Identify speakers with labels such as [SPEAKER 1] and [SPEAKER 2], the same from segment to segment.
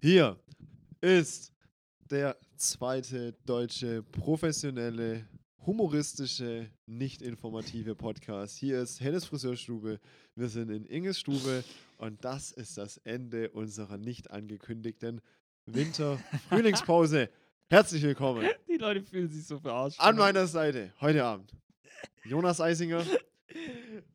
[SPEAKER 1] Hier ist der zweite deutsche professionelle, humoristische, nicht informative Podcast. Hier ist Hennes Friseurstube. Wir sind in Inges Stube und das ist das Ende unserer nicht angekündigten Winter-Frühlingspause. Herzlich willkommen
[SPEAKER 2] Die Leute fühlen sich so verarscht.
[SPEAKER 1] an meiner Seite heute Abend. Jonas Eisinger,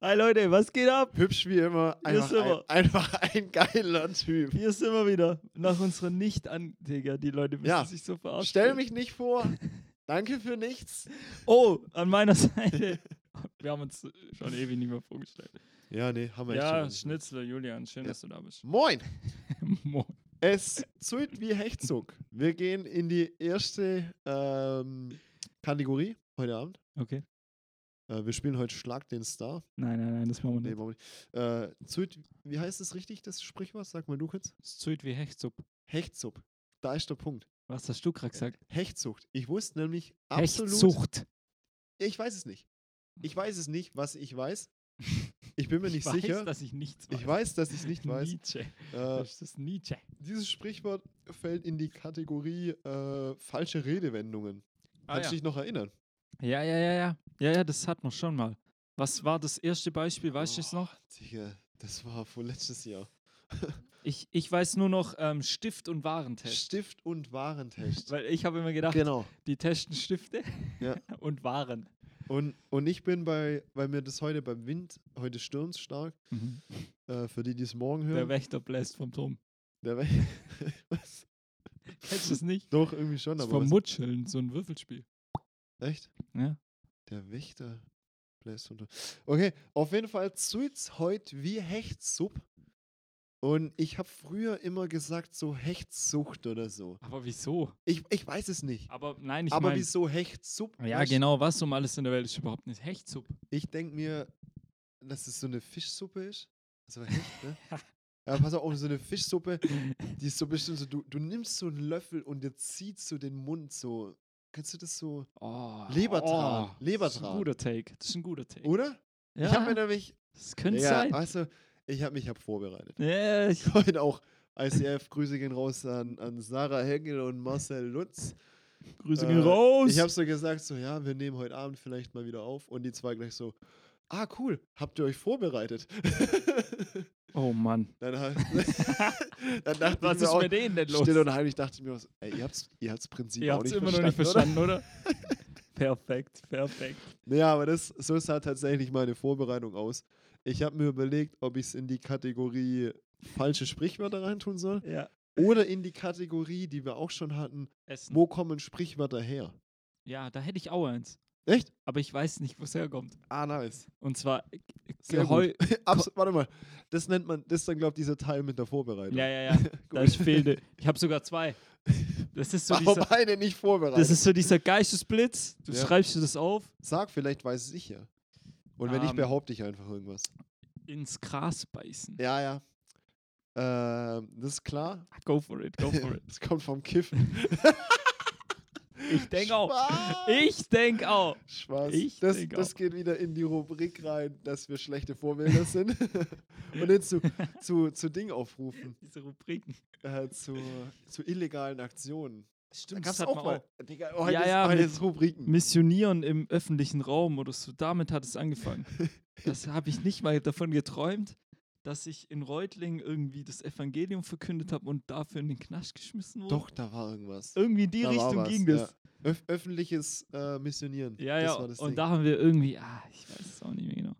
[SPEAKER 2] Hi Leute, was geht ab?
[SPEAKER 1] hübsch wie immer,
[SPEAKER 2] Hier
[SPEAKER 1] einfach
[SPEAKER 2] sind
[SPEAKER 1] ein,
[SPEAKER 2] wir.
[SPEAKER 1] einfach ein geiler Typ.
[SPEAKER 2] Hier sind wir wieder. Nach unserer nicht an Digga, die Leute müssen
[SPEAKER 1] Ja.
[SPEAKER 2] sich so verarscht.
[SPEAKER 1] Stell
[SPEAKER 2] fühlen.
[SPEAKER 1] mich nicht vor. Danke für nichts.
[SPEAKER 2] Oh, an meiner Seite. Wir haben uns schon ewig nicht mehr vorgestellt.
[SPEAKER 1] Ja, nee, haben wir
[SPEAKER 2] Ja,
[SPEAKER 1] echt schon.
[SPEAKER 2] Schnitzler, Julian, schön, dass du da bist.
[SPEAKER 1] Moin!
[SPEAKER 2] Moin.
[SPEAKER 1] Es zählt wie Hechtzuck. Wir gehen in die erste ähm, Kategorie heute Abend.
[SPEAKER 2] Okay.
[SPEAKER 1] Äh, wir spielen heute Schlag den Star.
[SPEAKER 2] Nein, nein, nein, das machen wir
[SPEAKER 1] Nee,
[SPEAKER 2] nicht.
[SPEAKER 1] warum nicht? Äh, zählt, wie heißt es richtig, das Sprichwort? Sag mal du kurz.
[SPEAKER 2] Es zählt wie Hechtsupp.
[SPEAKER 1] Hechtzuck. Da ist der Punkt.
[SPEAKER 2] Was hast du gerade gesagt?
[SPEAKER 1] Hechtzucht. Ich wusste nämlich absolut.
[SPEAKER 2] Hechtsucht.
[SPEAKER 1] Ich weiß es nicht. Ich weiß es nicht, was ich weiß. Ich bin mir nicht
[SPEAKER 2] ich
[SPEAKER 1] sicher.
[SPEAKER 2] Weiß, dass ich nichts weiß.
[SPEAKER 1] ich weiß, dass ich es nicht weiß.
[SPEAKER 2] Nietzsche.
[SPEAKER 1] Äh,
[SPEAKER 2] Das ist das Nietzsche.
[SPEAKER 1] dieses Sprichwort fällt in die Kategorie äh, falsche Redewendungen.
[SPEAKER 2] Ah,
[SPEAKER 1] Kannst du dich noch erinnern?
[SPEAKER 2] ja. ja, ja, ja, ja. Ja, ja, das hatten wir schon mal. Was war das erste Beispiel? Weißt du es
[SPEAKER 1] Boah,
[SPEAKER 2] noch?
[SPEAKER 1] Digga, das war vor letztes Jahr.
[SPEAKER 2] Ich, ich weiß nur noch ähm, Stift und Warentest.
[SPEAKER 1] Stift und Warentest.
[SPEAKER 2] Weil ich habe immer gedacht,
[SPEAKER 1] genau.
[SPEAKER 2] die testen Stifte
[SPEAKER 1] Ja.
[SPEAKER 2] und Waren.
[SPEAKER 1] Und, und ich bin bei, weil mir das heute beim Wind, heute stürmt's stark, äh, für die, die es morgen
[SPEAKER 2] Der
[SPEAKER 1] hören.
[SPEAKER 2] Wächter bläst vom Turm.
[SPEAKER 1] der We- Was?
[SPEAKER 2] Kennst du es nicht?
[SPEAKER 1] Doch, irgendwie schon,
[SPEAKER 2] Das ist
[SPEAKER 1] aber.
[SPEAKER 2] vom
[SPEAKER 1] Was,
[SPEAKER 2] Mutscheln, so ein Würfelspiel.
[SPEAKER 1] echt?
[SPEAKER 2] Ja.
[SPEAKER 1] Der Wächter bläst unter. Okay, auf jeden Fall Suits heute wie Hechtsupp. Und ich habe früher immer gesagt, so Hechtsucht oder so.
[SPEAKER 2] Aber wieso?
[SPEAKER 1] Ich, ich weiß es nicht.
[SPEAKER 2] Aber nein, ich
[SPEAKER 1] aber
[SPEAKER 2] meine...
[SPEAKER 1] wieso Hechtsupp?
[SPEAKER 2] Ja,
[SPEAKER 1] weißt du?
[SPEAKER 2] genau, was um alles in der Welt ist überhaupt nicht Hechtsupp.
[SPEAKER 1] Ich denke mir, dass es so eine Fischsuppe ist. Also Hecht, ne? Ja, pass auf, auch so eine Fischsuppe, die ist so bestimmt so, du, du nimmst so einen Löffel und dir zieht so den Mund so. Kennst du das so?
[SPEAKER 2] Oh,
[SPEAKER 1] Lebertran,
[SPEAKER 2] Das ist
[SPEAKER 1] Lebertran.
[SPEAKER 2] ein guter Take. Das ist ein guter Take.
[SPEAKER 1] Oder? Ich habe mir nämlich,
[SPEAKER 2] das könnte
[SPEAKER 1] ja,
[SPEAKER 2] sein.
[SPEAKER 1] weißt du, ich habe mich hab vorbereitet.
[SPEAKER 2] Ja, ich,
[SPEAKER 1] Heute auch ICF, Grüße gehen raus an, an Sarah Hengel und Marcel Lutz.
[SPEAKER 2] Grüße
[SPEAKER 1] Äh,
[SPEAKER 2] gehen raus.
[SPEAKER 1] Ich habe so gesagt, so ja, wir nehmen heute Abend vielleicht mal wieder auf und die zwei gleich so, ah cool, habt ihr euch vorbereitet?
[SPEAKER 2] oh Mann.
[SPEAKER 1] Dann, hab- dann dachte
[SPEAKER 2] Was
[SPEAKER 1] ich mir
[SPEAKER 2] ist
[SPEAKER 1] auch,
[SPEAKER 2] mit denen denn los?
[SPEAKER 1] still und heimlich dachte ich mir auch so, ey, ihr habt's, ihr habt's Prinzip
[SPEAKER 2] Ihr
[SPEAKER 1] auch
[SPEAKER 2] habt es
[SPEAKER 1] nicht
[SPEAKER 2] immer noch nicht
[SPEAKER 1] verstanden,
[SPEAKER 2] verstanden, oder? perfekt, perfekt.
[SPEAKER 1] Oder? Ja, aber das, so sah tatsächlich meine Vorbereitung aus. Ich habe mir überlegt, ob ich es in die Kategorie falsche Sprichwörter reintun soll
[SPEAKER 2] Ja.
[SPEAKER 1] oder in die Kategorie, die wir auch schon hatten,
[SPEAKER 2] Essen.
[SPEAKER 1] wo kommen Sprichwörter her?
[SPEAKER 2] Ja, da hätte ich auch eins.
[SPEAKER 1] Echt?
[SPEAKER 2] Aber ich weiß nicht, wo es herkommt.
[SPEAKER 1] Ah, nice.
[SPEAKER 2] Und zwar
[SPEAKER 1] Sehr
[SPEAKER 2] Geheu.
[SPEAKER 1] gut. Abs warte mal, das nennt man, das ist dann, glaube ich, dieser Teil mit der Vorbereitung.
[SPEAKER 2] Ja, ja, ja.
[SPEAKER 1] Gut.
[SPEAKER 2] da ist fehlende. Ich habe sogar zwei. Das ist so
[SPEAKER 1] Warum
[SPEAKER 2] dieser,
[SPEAKER 1] eine nicht vorbereitet?
[SPEAKER 2] das ist so dieser Geistesblitz. Du
[SPEAKER 1] Ja.
[SPEAKER 2] schreibst dir das auf.
[SPEAKER 1] Sag, vielleicht weiß ich ja. Und wenn nicht,
[SPEAKER 2] Ähm.
[SPEAKER 1] behaupte ich einfach irgendwas.
[SPEAKER 2] Ins Gras beißen.
[SPEAKER 1] Ja, ja. Ähm, das ist klar.
[SPEAKER 2] Go for it, go for it.
[SPEAKER 1] Das kommt vom Kiffen.
[SPEAKER 2] Ich denk auch.
[SPEAKER 1] Spaß!
[SPEAKER 2] Ich denk auch.
[SPEAKER 1] Spaß.
[SPEAKER 2] Ich
[SPEAKER 1] das,
[SPEAKER 2] denk
[SPEAKER 1] das
[SPEAKER 2] auch.
[SPEAKER 1] geht wieder in die Rubrik rein, dass wir schlechte Vorbilder sind. Und jetzt zu, zu, zu Ding aufrufen.
[SPEAKER 2] Diese Rubriken.
[SPEAKER 1] Äh, zu, zu illegalen Aktionen.
[SPEAKER 2] Stimmt,
[SPEAKER 1] gab's
[SPEAKER 2] das hat man auch.
[SPEAKER 1] Digga, heute
[SPEAKER 2] Ja,
[SPEAKER 1] ist,
[SPEAKER 2] ja,
[SPEAKER 1] heute
[SPEAKER 2] mit-
[SPEAKER 1] ist Rubriken.
[SPEAKER 2] Missionieren im öffentlichen Raum oder so, damit hat es angefangen. Das habe ich nicht mal davon geträumt, dass ich in Reutlingen irgendwie das Evangelium verkündet habe und dafür in den Knast geschmissen wurde.
[SPEAKER 1] Doch, da war irgendwas.
[SPEAKER 2] Irgendwie in die
[SPEAKER 1] Da war
[SPEAKER 2] Richtung
[SPEAKER 1] was,
[SPEAKER 2] ging das.
[SPEAKER 1] Ja. Öf öffentliches äh, Missionieren.
[SPEAKER 2] Ja, ja,
[SPEAKER 1] das war das
[SPEAKER 2] und
[SPEAKER 1] Ding.
[SPEAKER 2] da haben wir irgendwie, ah, ich weiß es auch nicht mehr genau.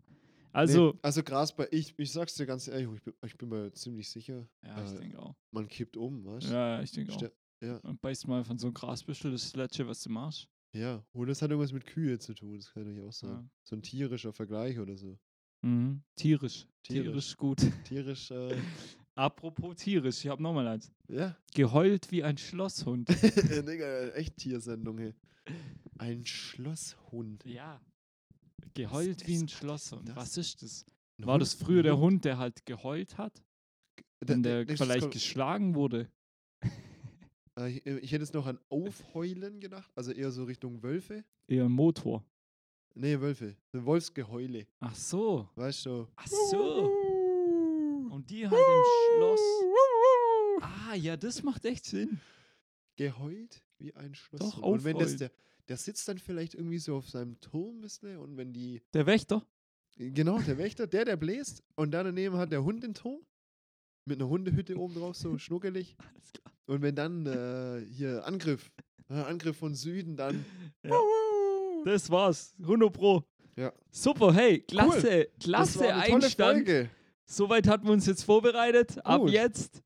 [SPEAKER 2] Also,
[SPEAKER 1] nee, also Gras bei, ich, ich sag's dir ganz ehrlich, ich bin, ich bin mir ziemlich sicher,
[SPEAKER 2] ja, ich
[SPEAKER 1] äh,
[SPEAKER 2] denke auch.
[SPEAKER 1] man kippt um, weißt du?
[SPEAKER 2] Ja, genau. ja, ich denke auch.
[SPEAKER 1] Ste- ja.
[SPEAKER 2] Und beißt mal von so einem Grasbüschel, das ist das Letzte, was du machst.
[SPEAKER 1] Ja, und das hat irgendwas mit Kühe zu tun, das kann natürlich auch sein.
[SPEAKER 2] Ja.
[SPEAKER 1] So ein tierischer Vergleich oder so.
[SPEAKER 2] Mhm. Tierisch.
[SPEAKER 1] Tierisch.
[SPEAKER 2] tierisch. gut.
[SPEAKER 1] Tierisch, äh,
[SPEAKER 2] Apropos tierisch, ich habe nochmal eins.
[SPEAKER 1] ja.
[SPEAKER 2] Geheult wie ein Schlosshund.
[SPEAKER 1] Digga, echt Tiersendung, hey. Ein Schlosshund.
[SPEAKER 2] Ja. Geheult wie
[SPEAKER 1] ist-
[SPEAKER 2] ein Schlosshund.
[SPEAKER 1] das-
[SPEAKER 2] Was ist das?
[SPEAKER 1] Ein
[SPEAKER 2] War
[SPEAKER 1] Hund-
[SPEAKER 2] das früher der
[SPEAKER 1] ein
[SPEAKER 2] Hund, der halt geheult hat
[SPEAKER 1] Da-
[SPEAKER 2] und
[SPEAKER 1] da-
[SPEAKER 2] der
[SPEAKER 1] das ist
[SPEAKER 2] vielleicht
[SPEAKER 1] kom-
[SPEAKER 2] geschlagen wurde?
[SPEAKER 1] äh, ich, ich hätte jetzt noch an Aufheulen gedacht, also eher so Richtung Wölfe.
[SPEAKER 2] Eher ein Motor.
[SPEAKER 1] Nee, Wölfe. So Wolfsgeheule,
[SPEAKER 2] Ach so.
[SPEAKER 1] weißt du?
[SPEAKER 2] Ach so. Und die halt im Schloss. Ah, ja, das macht echt Sinn.
[SPEAKER 1] Geheult wie ein Schloss.
[SPEAKER 2] Doch,
[SPEAKER 1] und wenn das
[SPEAKER 2] aufrollen.
[SPEAKER 1] der, der sitzt dann vielleicht irgendwie so auf seinem Turm ein bisschen und wenn die,
[SPEAKER 2] Der Wächter?
[SPEAKER 1] genau, der Wächter, der, der bläst und da daneben hat der Hund den Turm mit einer Hundehütte oben drauf, so schnuckelig.
[SPEAKER 2] Alles klar.
[SPEAKER 1] Und wenn dann äh, hier Angriff, äh, Angriff von Süden, dann
[SPEAKER 2] Ja. Das war's. 100 Pro.
[SPEAKER 1] Ja.
[SPEAKER 2] Super, hey, klasse,
[SPEAKER 1] das war
[SPEAKER 2] klasse
[SPEAKER 1] eine tolle
[SPEAKER 2] Einstand.
[SPEAKER 1] Folge.
[SPEAKER 2] Soweit hatten wir uns jetzt vorbereitet. Ab
[SPEAKER 1] Gut.
[SPEAKER 2] jetzt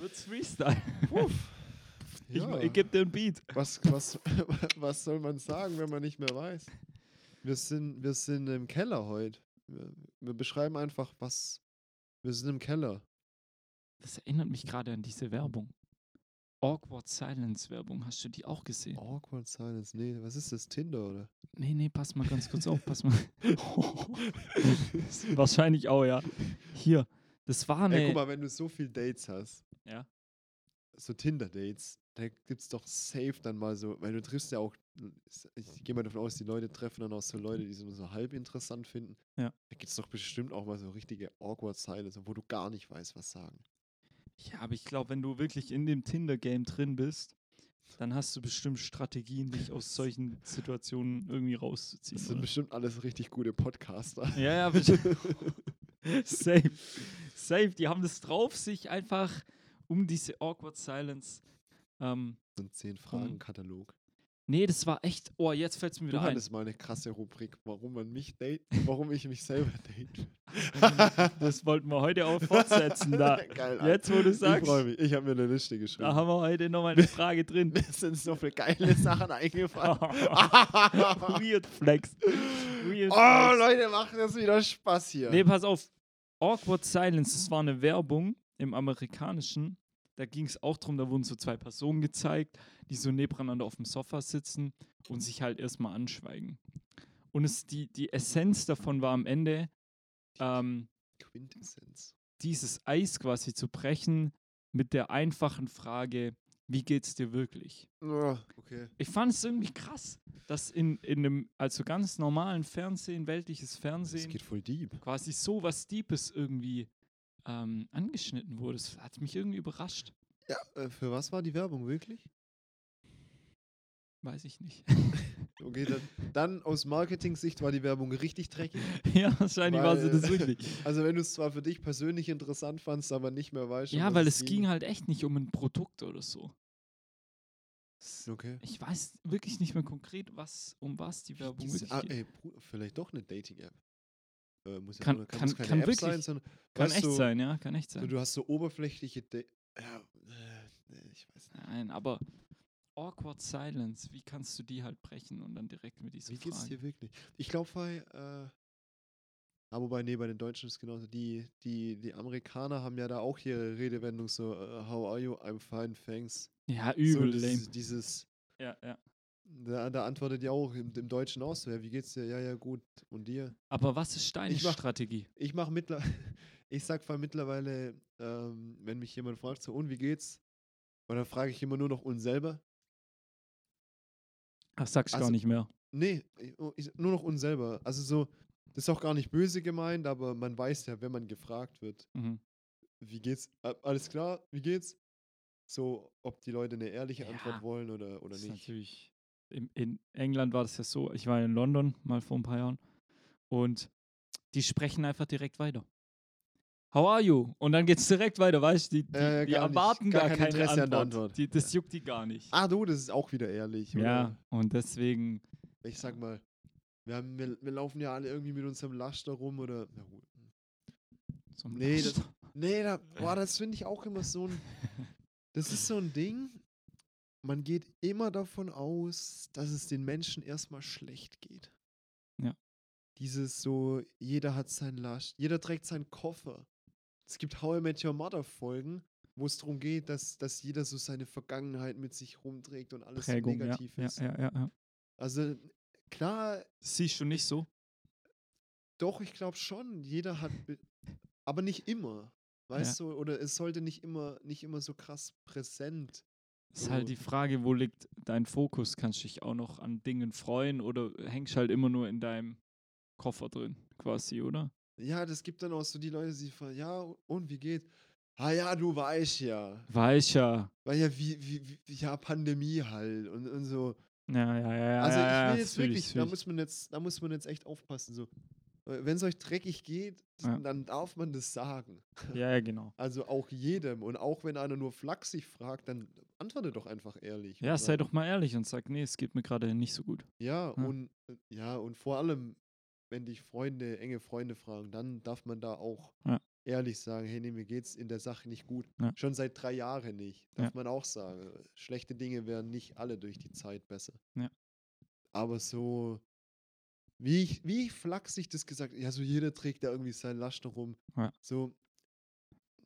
[SPEAKER 2] wird's Freestyle. Ich,
[SPEAKER 1] Ja.
[SPEAKER 2] ich gebe dir einen Beat.
[SPEAKER 1] Was, was, was soll man sagen, wenn man nicht mehr weiß? Wir sind, wir sind im Keller heute. Wir, wir beschreiben einfach, was. Wir sind im Keller.
[SPEAKER 2] Das erinnert mich gerade an diese Werbung. Awkward Silence Werbung, hast du die auch gesehen?
[SPEAKER 1] Awkward Silence. Nee, was ist das? Tinder, oder?
[SPEAKER 2] Oh. Nee, nee, pass mal ganz kurz auf, pass mal. Das- Wahrscheinlich auch, ja. Hier, das war eine.
[SPEAKER 1] Ey, guck mal, wenn du so viel Dates hast.
[SPEAKER 2] Ja.
[SPEAKER 1] So Tinder-Dates. Da gibt's doch safe dann mal so, weil du triffst ja auch, ich gehe mal davon aus, die Leute treffen dann auch so Leute, die so, so halb interessant finden.
[SPEAKER 2] Ja.
[SPEAKER 1] Da gibt's doch bestimmt auch mal so richtige Awkward Silence, wo du gar nicht weißt, was sagen.
[SPEAKER 2] Ja, aber ich glaube, wenn du wirklich in dem Tinder-Game drin bist, dann hast du bestimmt Strategien, dich aus solchen Situationen irgendwie rauszuziehen.
[SPEAKER 1] Das sind
[SPEAKER 2] oder?
[SPEAKER 1] bestimmt alles richtig gute Podcaster.
[SPEAKER 2] Ja, ja, bitte. Safe. Safe. Die haben das drauf, sich einfach um diese Awkward Silence. Ähm,
[SPEAKER 1] So ein 10-Fragen-Katalog.
[SPEAKER 2] nee, das war echt. Oh, jetzt fällt es mir
[SPEAKER 1] Du
[SPEAKER 2] wieder ein.
[SPEAKER 1] hattest mal eine krasse Rubrik, warum man mich date, warum ich mich selber date.
[SPEAKER 2] Ähm, Das wollten wir heute auch fortsetzen. Da.
[SPEAKER 1] Geil, Alter.
[SPEAKER 2] Jetzt, wo du
[SPEAKER 1] Ich
[SPEAKER 2] sagst,
[SPEAKER 1] freue mich. Ich habe mir eine Liste geschrieben.
[SPEAKER 2] da haben wir heute nochmal eine Frage drin.
[SPEAKER 1] Mir sind so viele geile Sachen eingefallen.
[SPEAKER 2] Weird Flex. Weird
[SPEAKER 1] oh,
[SPEAKER 2] Flex.
[SPEAKER 1] Leute, macht das wieder Spaß hier.
[SPEAKER 2] Nee, pass auf. Awkward Silence, das war eine Werbung im Amerikanischen. Da ging es auch drum, da wurden so zwei Personen gezeigt, die so nebeneinander auf dem Sofa sitzen und sich halt erstmal anschweigen. Und es, die, die Essenz davon war am Ende, ähm,
[SPEAKER 1] Quintessenz.
[SPEAKER 2] dieses Eis quasi zu brechen mit der einfachen Frage, wie geht's dir wirklich?
[SPEAKER 1] Oh, okay.
[SPEAKER 2] Ich fand es irgendwie krass, dass in, in einem, also ganz normalen Fernsehen, weltliches
[SPEAKER 1] Das
[SPEAKER 2] Fernsehen,
[SPEAKER 1] geht voll deep.
[SPEAKER 2] quasi so was Deepes irgendwie ähm, angeschnitten wurde. Das hat mich irgendwie überrascht.
[SPEAKER 1] Ja, äh, für was war die Werbung wirklich?
[SPEAKER 2] Weiß ich nicht.
[SPEAKER 1] Okay, dann, dann aus Marketing-Sicht war die Werbung richtig dreckig.
[SPEAKER 2] ja, wahrscheinlich war sie
[SPEAKER 1] Weil-
[SPEAKER 2] das wirklich.
[SPEAKER 1] Also wenn du es zwar für dich persönlich interessant fandst, aber nicht mehr weißt. um
[SPEAKER 2] ja,
[SPEAKER 1] was
[SPEAKER 2] weil es ging halt echt nicht um ein Produkt oder so.
[SPEAKER 1] Okay.
[SPEAKER 2] Ich weiß wirklich nicht mehr konkret, was um was die Werbung
[SPEAKER 1] Diese-
[SPEAKER 2] wirklich
[SPEAKER 1] ah,
[SPEAKER 2] geht.
[SPEAKER 1] ey, Bruder, vielleicht doch eine Dating-App. Äh, muss ja
[SPEAKER 2] Kann-
[SPEAKER 1] nur-
[SPEAKER 2] kann-
[SPEAKER 1] muss keine
[SPEAKER 2] kann
[SPEAKER 1] App sein,
[SPEAKER 2] wirklich-
[SPEAKER 1] sondern
[SPEAKER 2] Kann
[SPEAKER 1] weißt
[SPEAKER 2] echt
[SPEAKER 1] du,
[SPEAKER 2] sein, ja, kann echt
[SPEAKER 1] So,
[SPEAKER 2] sein.
[SPEAKER 1] du hast so oberflächliche. Da ja, äh, nee, ich weiß nicht.
[SPEAKER 2] Nein, aber awkward silence, wie kannst du die halt brechen und dann direkt mit dieser
[SPEAKER 1] Wie geht's
[SPEAKER 2] Frage?
[SPEAKER 1] dir wirklich? Ich glaube bei. Äh, ah, wobei, nee, bei den Deutschen ist genauso. Die, die, die Amerikaner haben ja da auch ihre Redewendung so, äh, how are you? I'm fine, thanks.
[SPEAKER 2] Ja, übel
[SPEAKER 1] so,
[SPEAKER 2] lame.
[SPEAKER 1] dieses, dieses
[SPEAKER 2] Ja, ja.
[SPEAKER 1] da, da antwortet ja auch im, im Deutschen auch so, ja, wie geht's dir? Ja, ja, gut. Und dir?
[SPEAKER 2] Aber was ist deine
[SPEAKER 1] Ich mach-
[SPEAKER 2] Strategie?
[SPEAKER 1] Ich mache mittler ich sag vor allem mittlerweile, ähm, wenn mich jemand fragt, so, und wie geht's? Und dann frage ich immer nur noch und selber.
[SPEAKER 2] Ach, sagst
[SPEAKER 1] Also-
[SPEAKER 2] gar nicht mehr.
[SPEAKER 1] Nee, ich, oh, ich, nur noch und selber. Also so, das ist auch gar nicht böse gemeint, aber man weiß ja, wenn man gefragt wird,
[SPEAKER 2] Mhm.
[SPEAKER 1] wie geht's? Äh, Alles klar, wie geht's? So, ob die Leute eine ehrliche
[SPEAKER 2] Ja.
[SPEAKER 1] Antwort wollen oder, oder
[SPEAKER 2] Das ist
[SPEAKER 1] nicht.
[SPEAKER 2] Natürlich. In, in England war das ja so. Ich war in London mal vor ein paar Jahren und die sprechen einfach direkt weiter. How are you? Und dann geht's direkt weiter, weißt du? Die, die,
[SPEAKER 1] Äh,
[SPEAKER 2] die
[SPEAKER 1] gar nicht.
[SPEAKER 2] erwarten
[SPEAKER 1] Gar
[SPEAKER 2] gar,
[SPEAKER 1] kein
[SPEAKER 2] keine
[SPEAKER 1] Interesse an
[SPEAKER 2] Antwort.
[SPEAKER 1] der Antwort.
[SPEAKER 2] Die, das juckt die gar nicht.
[SPEAKER 1] Ah, du, das ist auch wieder ehrlich.
[SPEAKER 2] ja, und deswegen,
[SPEAKER 1] Oder? Ich sag mal, wir, haben, wir, wir laufen ja alle irgendwie mit unserem Laster rum oder. Na gut.
[SPEAKER 2] so ein
[SPEAKER 1] Nee, das- Nee, da, boah, das finde ich auch immer so ein. Das ist so ein Ding. Man geht immer davon aus, dass es den Menschen erstmal schlecht geht.
[SPEAKER 2] Ja.
[SPEAKER 1] Dieses so, jeder hat sein Lasch, jeder trägt seinen Koffer. Es gibt How I Met Your Mother Folgen, wo es darum geht, dass, dass jeder so seine Vergangenheit mit sich rumträgt und alles
[SPEAKER 2] Prägung,
[SPEAKER 1] so
[SPEAKER 2] ja,
[SPEAKER 1] negativ
[SPEAKER 2] ja,
[SPEAKER 1] ist.
[SPEAKER 2] ja, ja, ja.
[SPEAKER 1] Also klar,
[SPEAKER 2] Siehst du nicht so?
[SPEAKER 1] doch, ich glaube schon. Jeder hat, be- aber nicht immer, weißt du? Oder es sollte nicht immer, nicht immer so krass präsent.
[SPEAKER 2] Ist halt
[SPEAKER 1] So.
[SPEAKER 2] die Frage, wo liegt dein Fokus? Kannst du dich auch noch an Dingen freuen oder hängst halt immer nur in deinem Koffer drin, quasi, oder?
[SPEAKER 1] Ja, das gibt dann auch so die Leute, die fragen, ja und wie geht's? Ah ja, du weißt ja.
[SPEAKER 2] Weicher.
[SPEAKER 1] Weil ja, wie, wie, wie ja, Pandemie halt und, und so.
[SPEAKER 2] Ja, ja, ja, ja.
[SPEAKER 1] Also
[SPEAKER 2] ja, ja,
[SPEAKER 1] ich will
[SPEAKER 2] das
[SPEAKER 1] jetzt
[SPEAKER 2] fühl ich,
[SPEAKER 1] wirklich,
[SPEAKER 2] das
[SPEAKER 1] da
[SPEAKER 2] fühl ich.
[SPEAKER 1] muss man jetzt, da muss man jetzt echt aufpassen. So. Wenn es euch dreckig geht,
[SPEAKER 2] Ja.
[SPEAKER 1] dann darf man das sagen.
[SPEAKER 2] Ja, ja, genau.
[SPEAKER 1] Also auch jedem. Und auch wenn einer nur flachsig fragt, dann antworte doch einfach ehrlich.
[SPEAKER 2] Ja,
[SPEAKER 1] oder?
[SPEAKER 2] sei doch mal ehrlich und sag, nee, es geht mir gerade nicht so gut.
[SPEAKER 1] Ja,
[SPEAKER 2] Ja.
[SPEAKER 1] und äh, ja, und vor allem, wenn dich Freunde, enge Freunde fragen, dann darf man da auch
[SPEAKER 2] Ja.
[SPEAKER 1] ehrlich sagen, hey, nee, mir geht's in der Sache nicht gut.
[SPEAKER 2] Ja.
[SPEAKER 1] Schon seit drei Jahren nicht. Darf
[SPEAKER 2] Ja.
[SPEAKER 1] man auch sagen. Schlechte Dinge werden nicht alle durch die Zeit besser.
[SPEAKER 2] Ja.
[SPEAKER 1] Aber so, wie ich, wie flachsig das gesagt, ja, so jeder trägt da irgendwie sein Lasten rum.
[SPEAKER 2] Ja.
[SPEAKER 1] So,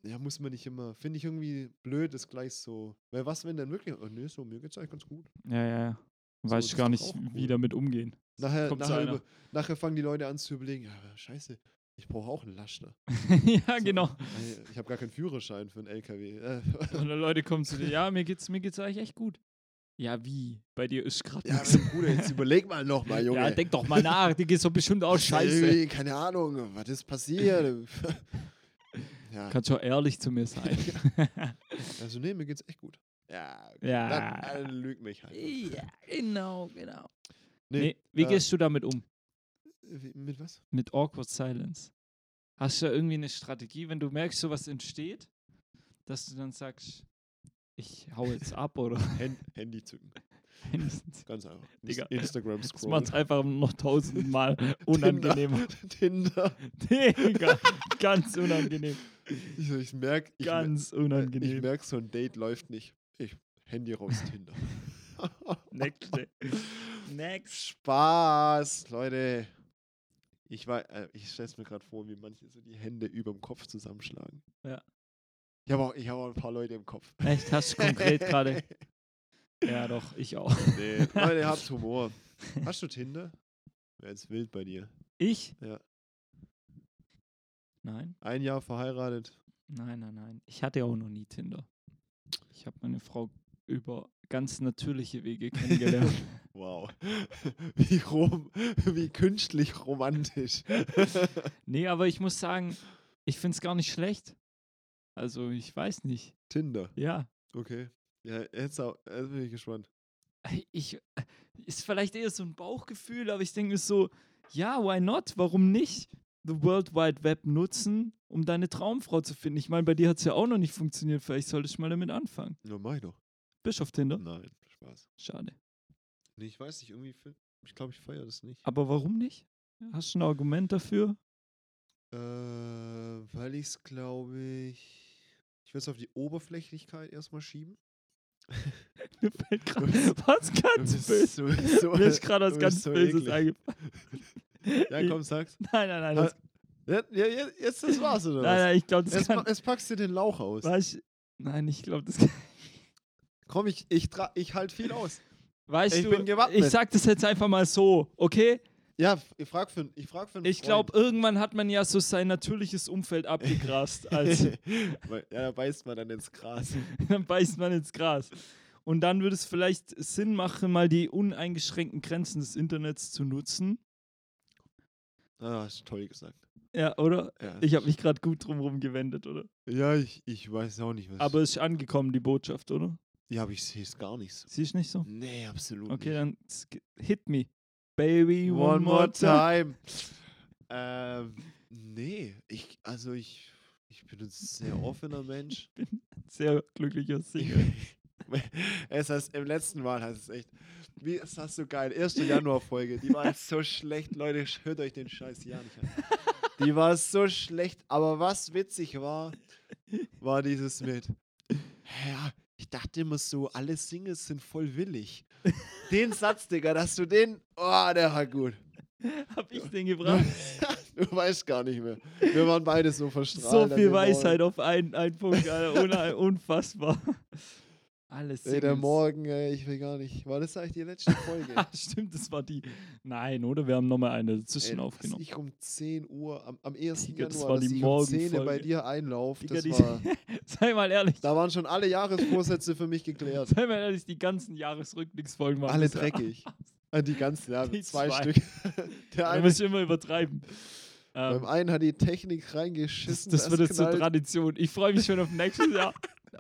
[SPEAKER 1] ja, muss man nicht immer, finde ich irgendwie blöd, ist gleich so. Weil was, wenn dann wirklich, oh nee, so, mir geht's eigentlich ganz gut.
[SPEAKER 2] Ja, ja, ja.
[SPEAKER 1] So,
[SPEAKER 2] Weiß
[SPEAKER 1] das
[SPEAKER 2] ich
[SPEAKER 1] ist
[SPEAKER 2] gar
[SPEAKER 1] doch
[SPEAKER 2] nicht,
[SPEAKER 1] auch
[SPEAKER 2] wie
[SPEAKER 1] cool.
[SPEAKER 2] damit umgehen.
[SPEAKER 1] Nachher,
[SPEAKER 2] Kommt so
[SPEAKER 1] nachher,
[SPEAKER 2] einer.
[SPEAKER 1] über, nachher fangen die Leute an zu überlegen, ja, aber scheiße, ich brauche auch einen Laschner.
[SPEAKER 2] ja,
[SPEAKER 1] So,
[SPEAKER 2] genau.
[SPEAKER 1] äh, Ich habe gar keinen Führerschein für einen LKW. Äh,
[SPEAKER 2] Und dann Leute kommen zu dir, ja, mir geht's, mir geht's eigentlich echt gut. Ja, wie? Bei dir ist gerade
[SPEAKER 1] ja,
[SPEAKER 2] nichts.
[SPEAKER 1] aber Bruder, jetzt überleg mal nochmal, Junge.
[SPEAKER 2] Ja, denk doch mal nach, dir geht's doch bestimmt auch scheiße.
[SPEAKER 1] Irgendwie, Keine Ahnung, was ist passiert? ja,
[SPEAKER 2] Kannst schon ehrlich zu mir sein.
[SPEAKER 1] also nee, mir geht's echt gut. Ja, okay,
[SPEAKER 2] Ja.
[SPEAKER 1] dann äh, lüg mich halt.
[SPEAKER 2] ja, genau, genau.
[SPEAKER 1] Nee,
[SPEAKER 2] Nee, wie
[SPEAKER 1] äh,
[SPEAKER 2] gehst du damit um?
[SPEAKER 1] wie- Mit was?
[SPEAKER 2] Mit Awkward Silence? Hast du da irgendwie eine Strategie, wenn du merkst, sowas entsteht, dass du dann sagst, ich hau jetzt ab oder
[SPEAKER 1] Hand, Handy zücken,
[SPEAKER 2] wenigstens.
[SPEAKER 1] ganz einfach.
[SPEAKER 2] Digga.
[SPEAKER 1] Instagram
[SPEAKER 2] Das macht's
[SPEAKER 1] scrollen.
[SPEAKER 2] einfach noch tausendmal unangenehmer.
[SPEAKER 1] Tinder.
[SPEAKER 2] Digga, ganz unangenehm.
[SPEAKER 1] Ich, ich merke, ich, mer-
[SPEAKER 2] Ganz
[SPEAKER 1] Ich
[SPEAKER 2] unangenehm.
[SPEAKER 1] merke, so ein Date läuft nicht. Ich, Handy raus, Tinder.
[SPEAKER 2] Next. Next.
[SPEAKER 1] Spaß, Leute. Ich, war, äh, ich stelle es mir gerade vor, wie manche so die Hände über dem Kopf zusammenschlagen.
[SPEAKER 2] Ja.
[SPEAKER 1] Ich habe auch, ich hab auch ein paar Leute im Kopf.
[SPEAKER 2] Echt, hast du konkret gerade? Ja, doch, ich auch.
[SPEAKER 1] Nee, Leute, habt Humor. Hast du Tinder? Wäre jetzt wild bei dir.
[SPEAKER 2] Ich?
[SPEAKER 1] Ja.
[SPEAKER 2] Nein,
[SPEAKER 1] Ein Jahr verheiratet.
[SPEAKER 2] nein, nein, nein. Ich hatte auch noch nie Tinder. Ich habe meine Frau über ganz natürliche Wege kennengelernt.
[SPEAKER 1] Wow. Wie, rom, wie künstlich romantisch.
[SPEAKER 2] nee, aber ich muss sagen, ich finde es gar nicht schlecht. Also, ich weiß nicht.
[SPEAKER 1] Tinder.
[SPEAKER 2] Ja.
[SPEAKER 1] Okay. Ja, jetzt, auch, jetzt bin ich gespannt.
[SPEAKER 2] ich ist vielleicht eher so ein Bauchgefühl, aber ich denke mir so, ja, why not? Warum nicht the World Wide Web nutzen, um deine Traumfrau zu finden? Ich meine, bei dir hat es ja auch noch nicht funktioniert. Vielleicht sollte ich mal damit anfangen.
[SPEAKER 1] Ja, mach ich doch.
[SPEAKER 2] Bist auf Tinder?
[SPEAKER 1] Nein, Spaß.
[SPEAKER 2] Schade.
[SPEAKER 1] Nee, ich weiß nicht, irgendwie, fe- ich glaube, ich feiere das nicht.
[SPEAKER 2] Aber warum nicht? Hast du ein Argument dafür?
[SPEAKER 1] Äh, weil ich es, glaube ich, ich würde es auf die Oberflächlichkeit erstmal schieben.
[SPEAKER 2] Mir fällt gerade was ganz Böses.
[SPEAKER 1] so, so,
[SPEAKER 2] Mir ist gerade was
[SPEAKER 1] du
[SPEAKER 2] ganz
[SPEAKER 1] bist so
[SPEAKER 2] Böses
[SPEAKER 1] eklig.
[SPEAKER 2] eingefallen.
[SPEAKER 1] Ja, komm, sag's.
[SPEAKER 2] Ich, nein, nein, nein.
[SPEAKER 1] Ha-
[SPEAKER 2] Das,
[SPEAKER 1] Ja, ja, ja, jetzt das war's, oder
[SPEAKER 2] nein,
[SPEAKER 1] was?
[SPEAKER 2] nein, ich glaube, das
[SPEAKER 1] jetzt,
[SPEAKER 2] kann.
[SPEAKER 1] pa- jetzt packst du den Lauch aus.
[SPEAKER 2] Weißt, nein, ich glaube, das kann.
[SPEAKER 1] Komm, ich, ich, tra- ich halte viel aus.
[SPEAKER 2] Weißt
[SPEAKER 1] Ich
[SPEAKER 2] du,
[SPEAKER 1] bin gewappnet.
[SPEAKER 2] ich sag das jetzt einfach mal so, okay?
[SPEAKER 1] Ja, f- ich frag für, ich frag für einen
[SPEAKER 2] Ich
[SPEAKER 1] Freund.
[SPEAKER 2] glaube, irgendwann hat man ja so sein natürliches Umfeld abgegrast. Also,
[SPEAKER 1] Weil- ja, da beißt man dann ins Gras.
[SPEAKER 2] dann beißt man ins Gras. Und dann würde es vielleicht Sinn machen, mal die uneingeschränkten Grenzen des Internets zu nutzen.
[SPEAKER 1] Ah, hast du toll gesagt.
[SPEAKER 2] Ja, oder?
[SPEAKER 1] Ja,
[SPEAKER 2] Ich habe mich gerade gut drumherum gewendet, oder?
[SPEAKER 1] ja ich, ich weiß auch nicht, was.
[SPEAKER 2] Aber es ist angekommen, die Botschaft, oder?
[SPEAKER 1] ja, aber ich sehe es gar nicht so.
[SPEAKER 2] Siehst du nicht so?
[SPEAKER 1] Nee, absolut
[SPEAKER 2] Okay,
[SPEAKER 1] nicht.
[SPEAKER 2] dann s- g- hit me. Baby, one,
[SPEAKER 1] One more time. ähm, nee, ich, also ich, ich bin ein sehr offener Mensch.
[SPEAKER 2] Sehr glücklicher
[SPEAKER 1] Ich,
[SPEAKER 2] Single.
[SPEAKER 1] es heißt, im letzten Mal heißt es echt, wie ist das so geil? Erste Januar-Folge, die war so schlecht, Leute, hört euch den Scheiß ja nicht an. Die war so schlecht, aber was witzig war, war dieses mit, ja, ich dachte immer so, alle Singles sind voll willig. Den Satz, Digga, dass du den, oh, der war gut.
[SPEAKER 2] Hab ich den gebracht?
[SPEAKER 1] du weißt gar nicht mehr. Wir waren beide so verstrahlt.
[SPEAKER 2] So
[SPEAKER 1] an
[SPEAKER 2] viel
[SPEAKER 1] dem
[SPEAKER 2] Weisheit auf einen, einen Punkt, Alter. Una- unfassbar. Alles
[SPEAKER 1] Morgen. Ey, der
[SPEAKER 2] Singles.
[SPEAKER 1] Morgen, ey, ich will gar nicht. War das eigentlich die letzte Folge?
[SPEAKER 2] Ah, Stimmt, das war die. Nein, oder? Wir haben nochmal eine
[SPEAKER 1] ey,
[SPEAKER 2] dazwischen
[SPEAKER 1] dass
[SPEAKER 2] aufgenommen.
[SPEAKER 1] ich um 10 Uhr, am, am 1.
[SPEAKER 2] Digga, das
[SPEAKER 1] Januar,
[SPEAKER 2] war
[SPEAKER 1] dass
[SPEAKER 2] die
[SPEAKER 1] ich um 10 Uhr bei
[SPEAKER 2] Morgenfolge.
[SPEAKER 1] dir einlauf,
[SPEAKER 2] Digga,
[SPEAKER 1] das
[SPEAKER 2] die-
[SPEAKER 1] war,
[SPEAKER 2] Sei mal ehrlich.
[SPEAKER 1] da waren schon alle Jahresvorsätze für mich geklärt.
[SPEAKER 2] Sei mal ehrlich, die ganzen Jahresrückblicksfolgen waren.
[SPEAKER 1] Alle
[SPEAKER 2] bisher-
[SPEAKER 1] dreckig. Ah, Die ganzen, ja,
[SPEAKER 2] Die
[SPEAKER 1] zwei,
[SPEAKER 2] zwei.
[SPEAKER 1] Stück. Der
[SPEAKER 2] Da
[SPEAKER 1] eine,
[SPEAKER 2] muss ich immer übertreiben.
[SPEAKER 1] Beim einen hat die Technik reingeschissen.
[SPEAKER 2] das, das wird jetzt zur
[SPEAKER 1] knallt.
[SPEAKER 2] Tradition. Ich freue mich schon auf nächstes Jahr.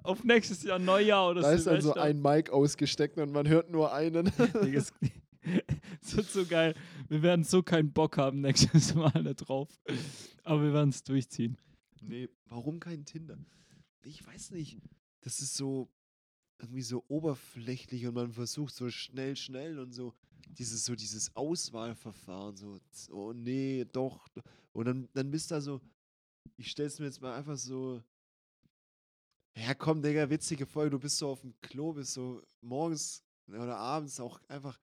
[SPEAKER 2] auf nächstes Jahr Neujahr oder
[SPEAKER 1] Da ist dann so
[SPEAKER 2] Silvester.
[SPEAKER 1] ein Mic ausgesteckt und man hört nur einen.
[SPEAKER 2] Digga, es- Es wird so geil. Wir werden so keinen Bock haben nächstes Mal da drauf. Aber wir werden es durchziehen.
[SPEAKER 1] Nee, warum kein Tinder? Ich weiß nicht. Das ist so irgendwie so oberflächlich und man versucht so schnell, schnell und so dieses so dieses Auswahlverfahren so z- oh nee, doch d- und dann dann bist da so ich stell's mir jetzt mal einfach so ja, komm, Digga, witzige Folge, du bist so auf dem Klo, bist so morgens oder abends auch einfach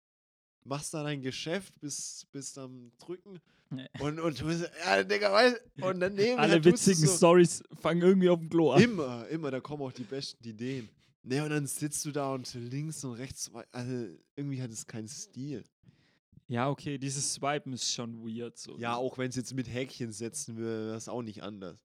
[SPEAKER 1] machst dann ein Geschäft, bist bist am drücken
[SPEAKER 2] Nee.
[SPEAKER 1] und und du bist, ja, Digga, weißt, und dann nehmen
[SPEAKER 2] Alle witzigen Stories fangen irgendwie auf dem Klo an.
[SPEAKER 1] Immer, immer, da kommen auch die besten Ideen. Ne, und dann sitzt du da und links und rechts, wei- also irgendwie hat es keinen Stil.
[SPEAKER 2] Ja, okay, dieses Swipen ist schon weird. So.
[SPEAKER 1] Ja, oh, auch wenn es jetzt mit Häkchen setzen würde, wäre es auch nicht anders.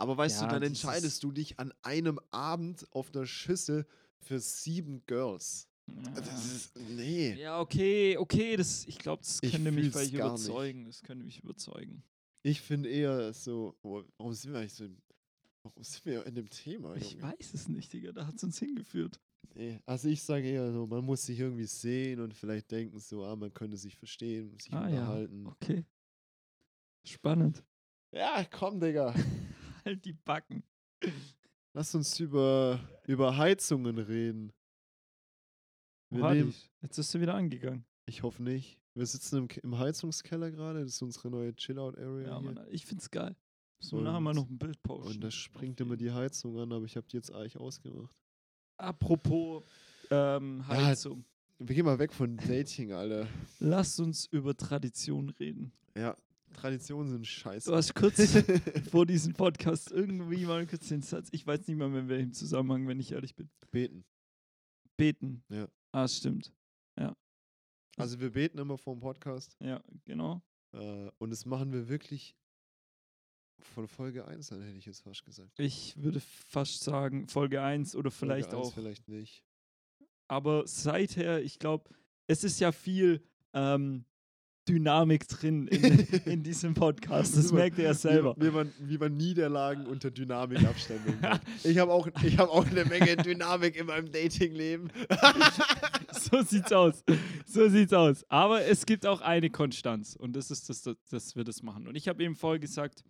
[SPEAKER 1] Aber weißt
[SPEAKER 2] Ja,
[SPEAKER 1] du, dann
[SPEAKER 2] dieses-
[SPEAKER 1] entscheidest du dich an einem Abend auf einer Schüssel für sieben Girls. Das ist, nee.
[SPEAKER 2] Ja, okay, okay, das, ich glaube, das
[SPEAKER 1] Ich
[SPEAKER 2] könnte mich
[SPEAKER 1] fühl's
[SPEAKER 2] vielleicht
[SPEAKER 1] gar nicht.
[SPEAKER 2] überzeugen. Das könnte mich überzeugen.
[SPEAKER 1] Ich finde eher so, wo- warum sind wir eigentlich so, im- warum sind wir in dem Thema?
[SPEAKER 2] Ich
[SPEAKER 1] Junge?
[SPEAKER 2] weiß es nicht, Digga, da hat es uns hingeführt.
[SPEAKER 1] Nee, Also ich sage eher so, man muss sich irgendwie sehen und vielleicht denken so, ah, man könnte sich verstehen, sich
[SPEAKER 2] Ah, ja.
[SPEAKER 1] unterhalten.
[SPEAKER 2] Okay. Spannend.
[SPEAKER 1] Ja, komm, Digga.
[SPEAKER 2] Halt die Backen.
[SPEAKER 1] Lass uns über, über Heizungen reden. Wir
[SPEAKER 2] Warte,
[SPEAKER 1] nehmen,
[SPEAKER 2] ich- Jetzt bist du wieder angegangen.
[SPEAKER 1] ich hoffe nicht. Wir sitzen im, Ke- im Heizungskeller gerade. Das ist unsere neue Chill-Out-Area.
[SPEAKER 2] Ja,
[SPEAKER 1] hier.
[SPEAKER 2] Mann, ich find's geil. So,
[SPEAKER 1] Und-
[SPEAKER 2] nachher mal noch ein Bild posten.
[SPEAKER 1] Und da springt
[SPEAKER 2] Auf
[SPEAKER 1] immer
[SPEAKER 2] jeden-
[SPEAKER 1] die Heizung an, aber ich habe die jetzt eigentlich ausgemacht.
[SPEAKER 2] Apropos ähm,
[SPEAKER 1] Ja, halt.
[SPEAKER 2] Heizung.
[SPEAKER 1] Wir gehen mal weg von Dating, Alter.
[SPEAKER 2] Lasst uns über Tradition reden.
[SPEAKER 1] Ja, Traditionen sind
[SPEAKER 2] Du
[SPEAKER 1] scheiße.
[SPEAKER 2] hast kurz vor diesem Podcast irgendwie mal kurz den Satz, ich weiß nicht mal, in welchem Zusammenhang, wenn ich ehrlich bin.
[SPEAKER 1] beten.
[SPEAKER 2] Beten.
[SPEAKER 1] Ja.
[SPEAKER 2] Ah, stimmt.
[SPEAKER 1] Also wir beten immer vor dem Podcast.
[SPEAKER 2] Ja, genau.
[SPEAKER 1] Äh, und das machen wir wirklich von Folge 1 an, hätte ich jetzt fast gesagt.
[SPEAKER 2] Ich würde fast sagen, Folge 1 oder
[SPEAKER 1] Folge
[SPEAKER 2] vielleicht
[SPEAKER 1] eins
[SPEAKER 2] auch
[SPEAKER 1] Vielleicht nicht.
[SPEAKER 2] aber seither, ich glaube, es ist ja viel ähm, Dynamik drin in, in diesem Podcast. Das
[SPEAKER 1] Wie man-
[SPEAKER 2] merkt ihr ja selber.
[SPEAKER 1] Wie, wie, man, wie man Niederlagen unter Dynamik abstempeln kann. Ich habe auch, ich hab auch eine Menge Dynamik in meinem Datingleben.
[SPEAKER 2] So sieht's aus. So sieht's aus. Aber es gibt auch eine Konstanz und das ist, dass, dass wir das machen. Und ich habe eben vorher gesagt,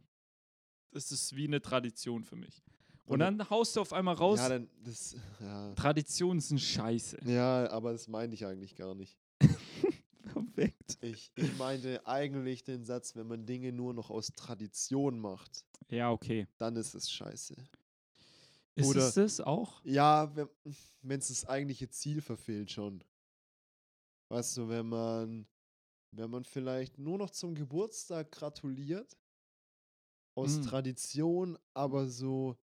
[SPEAKER 2] das ist wie eine Tradition für mich. Und
[SPEAKER 1] Okay.
[SPEAKER 2] dann haust du auf einmal raus,
[SPEAKER 1] Ja, dann, das, ja.
[SPEAKER 2] Traditionen sind scheiße.
[SPEAKER 1] ja, aber das meinte ich eigentlich gar nicht.
[SPEAKER 2] Perfekt.
[SPEAKER 1] Ich, ich meinte eigentlich den Satz, wenn man Dinge nur noch aus Tradition macht,
[SPEAKER 2] Ja, okay.
[SPEAKER 1] dann ist es scheiße.
[SPEAKER 2] Ist
[SPEAKER 1] Oder-
[SPEAKER 2] es das auch?
[SPEAKER 1] Ja, wenn es das eigentliche Ziel verfehlt schon. Weißt du, wenn man, wenn man vielleicht nur noch zum Geburtstag gratuliert, aus
[SPEAKER 2] Mm.
[SPEAKER 1] Tradition, aber so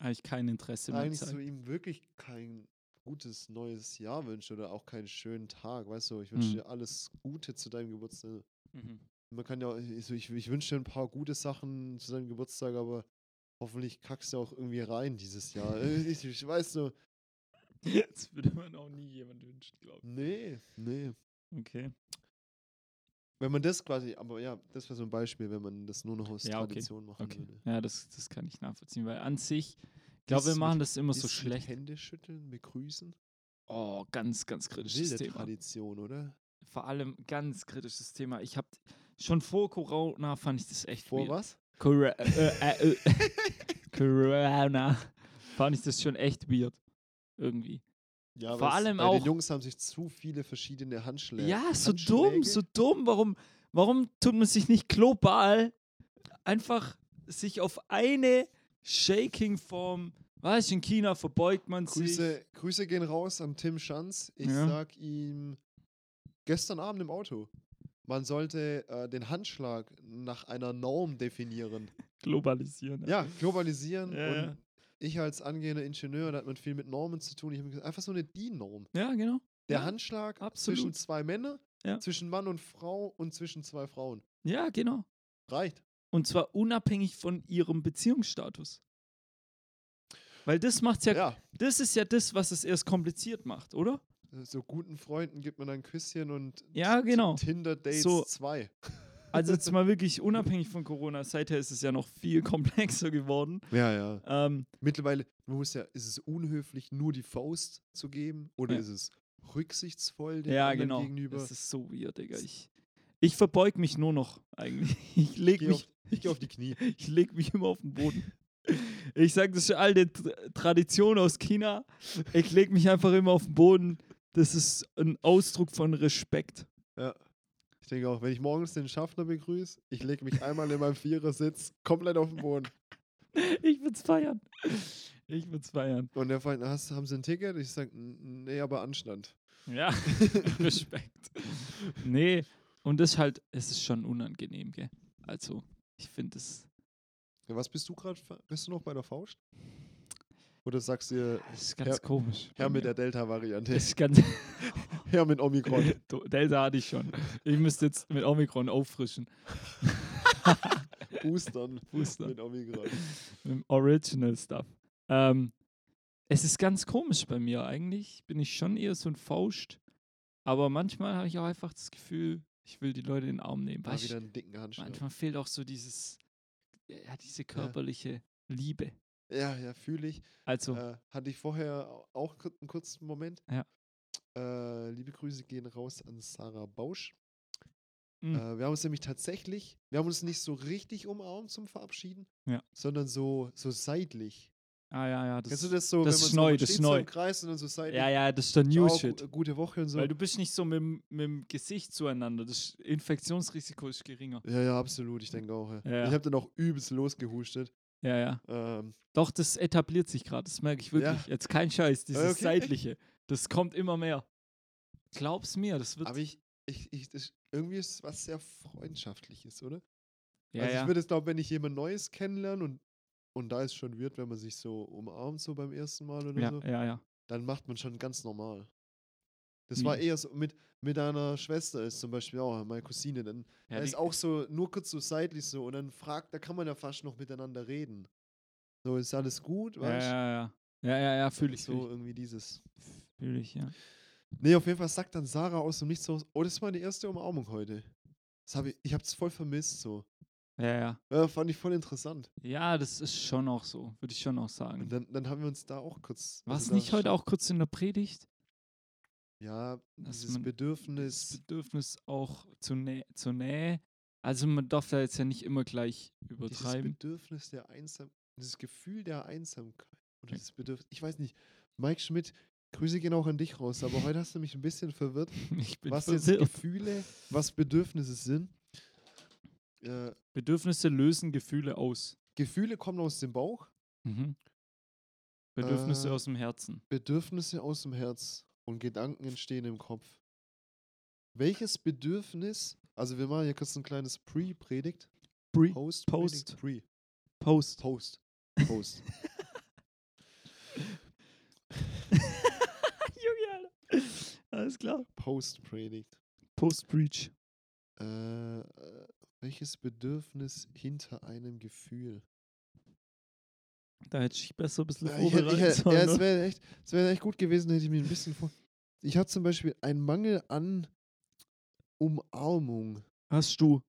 [SPEAKER 2] Eigentlich kein Interesse mehr.
[SPEAKER 1] eigentlich so
[SPEAKER 2] zeigen.
[SPEAKER 1] ihm wirklich kein gutes neues Jahr wünscht oder auch keinen schönen Tag, weißt du, ich wünsche
[SPEAKER 2] Mm.
[SPEAKER 1] dir alles Gute zu deinem Geburtstag.
[SPEAKER 2] Mhm.
[SPEAKER 1] Man kann ja, auch- so ich, ich wünsche dir ein paar gute Sachen zu deinem Geburtstag, aber hoffentlich kackst du auch irgendwie rein dieses Jahr. Äh, ich, ich weiß so,
[SPEAKER 2] Das würde man auch nie jemand wünschen, glaube
[SPEAKER 1] nee, nee.
[SPEAKER 2] ich. Okay.
[SPEAKER 1] Wenn man das quasi, aber ja, das wäre so ein Beispiel, wenn man das nur noch aus
[SPEAKER 2] Ja, okay.
[SPEAKER 1] Tradition machen würde.
[SPEAKER 2] Ja, das, das kann ich nachvollziehen, weil an sich, ich glaube, wir
[SPEAKER 1] Ist
[SPEAKER 2] machen
[SPEAKER 1] mit-
[SPEAKER 2] das immer so
[SPEAKER 1] Ist mit
[SPEAKER 2] schlecht.
[SPEAKER 1] Hände schütteln, begrüßen.
[SPEAKER 2] Oh, ganz, ganz kritisches
[SPEAKER 1] Wilde
[SPEAKER 2] Thema.
[SPEAKER 1] Tradition, oder?
[SPEAKER 2] Vor allem ganz kritisches Thema. Ich habe schon vor Corona fand ich das echt
[SPEAKER 1] Vor
[SPEAKER 2] weird.
[SPEAKER 1] was?
[SPEAKER 2] Cora äh, äh, äh, Corona fand ich das schon echt weird. Irgendwie.
[SPEAKER 1] Ja, weil
[SPEAKER 2] Vor
[SPEAKER 1] es-
[SPEAKER 2] allem
[SPEAKER 1] bei
[SPEAKER 2] auch-
[SPEAKER 1] Den Jungs haben sich zu viele verschiedene Handschläge.
[SPEAKER 2] Ja, so dumm,
[SPEAKER 1] Handschläge?
[SPEAKER 2] so dumm. Warum, warum tut man sich nicht global einfach sich auf eine Shaking-Form, weiß ich, in China verbeugt man sich.
[SPEAKER 1] Grüße, Grüße gehen raus an Tim Schanz. Ich
[SPEAKER 2] Ja.
[SPEAKER 1] sag ihm gestern Abend im Auto, man sollte äh, den Handschlag nach einer Norm definieren.
[SPEAKER 2] Globalisieren.
[SPEAKER 1] Ja, globalisieren.
[SPEAKER 2] Ja,
[SPEAKER 1] und
[SPEAKER 2] ja.
[SPEAKER 1] ich als angehender Ingenieur, da hat man viel mit Normen zu tun. Ich habe gesagt, einfach so eine DIN-Norm.
[SPEAKER 2] ja genau.
[SPEAKER 1] Der
[SPEAKER 2] ja,
[SPEAKER 1] Handschlag zwischen
[SPEAKER 2] absolut.
[SPEAKER 1] zwei Männern,
[SPEAKER 2] Ja.
[SPEAKER 1] zwischen Mann und Frau und zwischen zwei Frauen.
[SPEAKER 2] Ja, genau.
[SPEAKER 1] Reicht.
[SPEAKER 2] Und zwar unabhängig von ihrem Beziehungsstatus. Weil das macht's ja,
[SPEAKER 1] Ja.
[SPEAKER 2] das ist ja das, was es erst kompliziert macht, oder?
[SPEAKER 1] So guten Freunden gibt man ein Küsschen und
[SPEAKER 2] Ja, genau.
[SPEAKER 1] Tinder Dates
[SPEAKER 2] So-
[SPEAKER 1] 2.
[SPEAKER 2] Also jetzt mal wirklich unabhängig von Corona, seither ist es ja noch viel komplexer geworden.
[SPEAKER 1] Ja, ja.
[SPEAKER 2] Ähm,
[SPEAKER 1] Mittlerweile, man muss ja, ist es unhöflich, nur die Faust zu geben? Oder
[SPEAKER 2] Ja.
[SPEAKER 1] ist es rücksichtsvoll dem
[SPEAKER 2] ja,
[SPEAKER 1] anderen
[SPEAKER 2] genau.
[SPEAKER 1] gegenüber?
[SPEAKER 2] Das ist so weird, Digga. Ich, ich verbeug mich nur noch eigentlich. Ich
[SPEAKER 1] ich
[SPEAKER 2] leg
[SPEAKER 1] gehe
[SPEAKER 2] mich,
[SPEAKER 1] auf, ich geh auf die Knie.
[SPEAKER 2] ich leg mich immer auf den Boden. Ich sag, das ist alte Tr- Tradition aus China. Ich leg mich einfach immer auf den Boden. Das ist ein Ausdruck von Respekt.
[SPEAKER 1] Ja. Ich denke auch, wenn ich morgens den Schaffner begrüße, ich lege mich einmal in meinem Vierersitz komplett auf den Boden.
[SPEAKER 2] Ich will's feiern. Ich will's feiern.
[SPEAKER 1] Und der fragt, hast, haben Sie ein Ticket? Ich sage, nee, aber Anstand.
[SPEAKER 2] Ja, Respekt. Nee, und das ist halt, es ist schon unangenehm, gell? Also, ich finde es.
[SPEAKER 1] Ja, was bist du gerade? Bist du noch bei der Faust? Oder sagst du, ihr,
[SPEAKER 2] Das ist ganz
[SPEAKER 1] Herr-
[SPEAKER 2] komisch. bei
[SPEAKER 1] Herr mit der
[SPEAKER 2] mir.
[SPEAKER 1] Delta-Variante,
[SPEAKER 2] das ist ganz.
[SPEAKER 1] Herr mit Omikron?
[SPEAKER 2] Do- Delta hatte ich schon. Ich müsste jetzt mit Omikron auffrischen.
[SPEAKER 1] Boostern
[SPEAKER 2] Booster.
[SPEAKER 1] mit Omikron.
[SPEAKER 2] Mit dem Original Stuff. Ähm, es ist ganz komisch bei mir eigentlich. Bin ich schon eher so ein Faust. Aber manchmal habe ich auch einfach das Gefühl, ich will die Leute in den Arm nehmen.
[SPEAKER 1] Mal
[SPEAKER 2] Weißt
[SPEAKER 1] wieder
[SPEAKER 2] du,
[SPEAKER 1] einen dicken Handschlag.
[SPEAKER 2] manchmal fehlt auch so dieses, ja, diese körperliche Liebe.
[SPEAKER 1] Ja, ja, fühle ich.
[SPEAKER 2] Also,
[SPEAKER 1] Äh, hatte ich vorher au- auch kur- einen kurzen Moment.
[SPEAKER 2] Ja.
[SPEAKER 1] Äh, liebe Grüße gehen raus an Sarah Bausch.
[SPEAKER 2] Mm.
[SPEAKER 1] Äh, wir haben uns nämlich tatsächlich, wir haben uns nicht so richtig umarmt zum Verabschieden,
[SPEAKER 2] Ja.
[SPEAKER 1] sondern so, so seitlich.
[SPEAKER 2] ah ja, ja,
[SPEAKER 1] Kennst du
[SPEAKER 2] das,
[SPEAKER 1] das so,
[SPEAKER 2] das ist
[SPEAKER 1] so-
[SPEAKER 2] neu, das ist
[SPEAKER 1] steht so
[SPEAKER 2] neu.
[SPEAKER 1] im Kreis und dann so seitlich?
[SPEAKER 2] ja, ja, das ist der New
[SPEAKER 1] Ciao,
[SPEAKER 2] Shit.
[SPEAKER 1] gu- Gute Woche und so.
[SPEAKER 2] Weil du bist nicht so mit, dem- mit dem Gesicht zueinander. Das Infektionsrisiko ist geringer.
[SPEAKER 1] ja, ja, absolut, ich denke auch. Ja.
[SPEAKER 2] Ja.
[SPEAKER 1] Ich habe dann auch übelst losgehustet.
[SPEAKER 2] Ja, ja.
[SPEAKER 1] Ähm,
[SPEAKER 2] Doch, das etabliert sich gerade. Das merke ich wirklich. Jetzt kein Scheiß. Dieses
[SPEAKER 1] okay.
[SPEAKER 2] Seitliche. Das kommt immer mehr. Glaub's mir, das wird.
[SPEAKER 1] aber ich, ich, ich das, irgendwie ist es was sehr Freundschaftliches, oder?
[SPEAKER 2] ja,
[SPEAKER 1] also ich
[SPEAKER 2] ja.
[SPEAKER 1] würde es glaube, wenn ich jemand Neues kennenlerne und, und da ist schon weird, wenn man sich so umarmt, so beim ersten Mal oder
[SPEAKER 2] ja,
[SPEAKER 1] so,
[SPEAKER 2] ja, ja.
[SPEAKER 1] dann macht man schon ganz normal. Das war
[SPEAKER 2] Mhm.
[SPEAKER 1] eher so mit, mit deiner Schwester ist zum Beispiel auch, meine Cousine, dann
[SPEAKER 2] ja
[SPEAKER 1] da ist
[SPEAKER 2] die-
[SPEAKER 1] auch so nur kurz so seitlich so und dann fragt, da kann man ja fast noch miteinander reden. So, ist alles gut,
[SPEAKER 2] ja,
[SPEAKER 1] weißt
[SPEAKER 2] ja, ja. Ja, ja, ja, fühle ich,
[SPEAKER 1] So
[SPEAKER 2] so.
[SPEAKER 1] irgendwie dieses.
[SPEAKER 2] Fühle ich, ja.
[SPEAKER 1] Nee, auf jeden Fall sagt dann Sarah aus dem Nichts so, oh, das war meine erste Umarmung heute. Das hab ich, ich hab's voll vermisst, so.
[SPEAKER 2] Ja, ja.
[SPEAKER 1] Ja, fand ich voll interessant.
[SPEAKER 2] Ja, das ist schon auch so. Würde ich schon auch sagen.
[SPEAKER 1] Und dann, dann haben wir uns da auch kurz.
[SPEAKER 2] War
[SPEAKER 1] also
[SPEAKER 2] es
[SPEAKER 1] da
[SPEAKER 2] nicht
[SPEAKER 1] sch-
[SPEAKER 2] heute auch kurz in der Predigt?
[SPEAKER 1] Ja,
[SPEAKER 2] dass
[SPEAKER 1] dieses
[SPEAKER 2] man- das
[SPEAKER 1] Bedürfnis.
[SPEAKER 2] Bedürfnis auch zur Nähe, zur Nähe. Also man darf da jetzt ja nicht immer gleich
[SPEAKER 1] Dieses
[SPEAKER 2] übertreiben.
[SPEAKER 1] Bedürfnis der Einsamkeit. Dieses Gefühl der Einsamkeit. Oder
[SPEAKER 2] Ja.
[SPEAKER 1] dieses Bedürfnis. Ich weiß nicht. Mike Schmidt, Grüße gehen auch an dich raus, aber heute hast du mich ein bisschen verwirrt,
[SPEAKER 2] Ich bin
[SPEAKER 1] was jetzt
[SPEAKER 2] verwirrt.
[SPEAKER 1] Gefühle, was Bedürfnisse sind. Äh,
[SPEAKER 2] Bedürfnisse lösen Gefühle aus.
[SPEAKER 1] Gefühle kommen aus dem Bauch,
[SPEAKER 2] Mhm. Bedürfnisse
[SPEAKER 1] Äh,
[SPEAKER 2] aus dem Herzen.
[SPEAKER 1] Bedürfnisse aus dem Herz und Gedanken entstehen im Kopf. Welches Bedürfnis, also wir machen hier kurz ein kleines Pre-Predigt,
[SPEAKER 2] Pre
[SPEAKER 1] Post, Predigt,
[SPEAKER 2] Post.
[SPEAKER 1] Pre.
[SPEAKER 2] Post.
[SPEAKER 1] Post. Post.
[SPEAKER 2] Junge, Alter. Alles klar.
[SPEAKER 1] Post-Predigt.
[SPEAKER 2] Post Breach.
[SPEAKER 1] Äh, äh, welches Bedürfnis hinter einem Gefühl?
[SPEAKER 2] Da hätte ich besser ein bisschen
[SPEAKER 1] Äh, ich hätt- ich
[SPEAKER 2] vorbereitet
[SPEAKER 1] hätt- ja,
[SPEAKER 2] sollen.
[SPEAKER 1] es
[SPEAKER 2] ne?
[SPEAKER 1] wäre echt, es wär echt gut gewesen, hätte ich mir ein bisschen vor. Ich hatte zum Beispiel einen Mangel an Umarmung.
[SPEAKER 2] Hast du.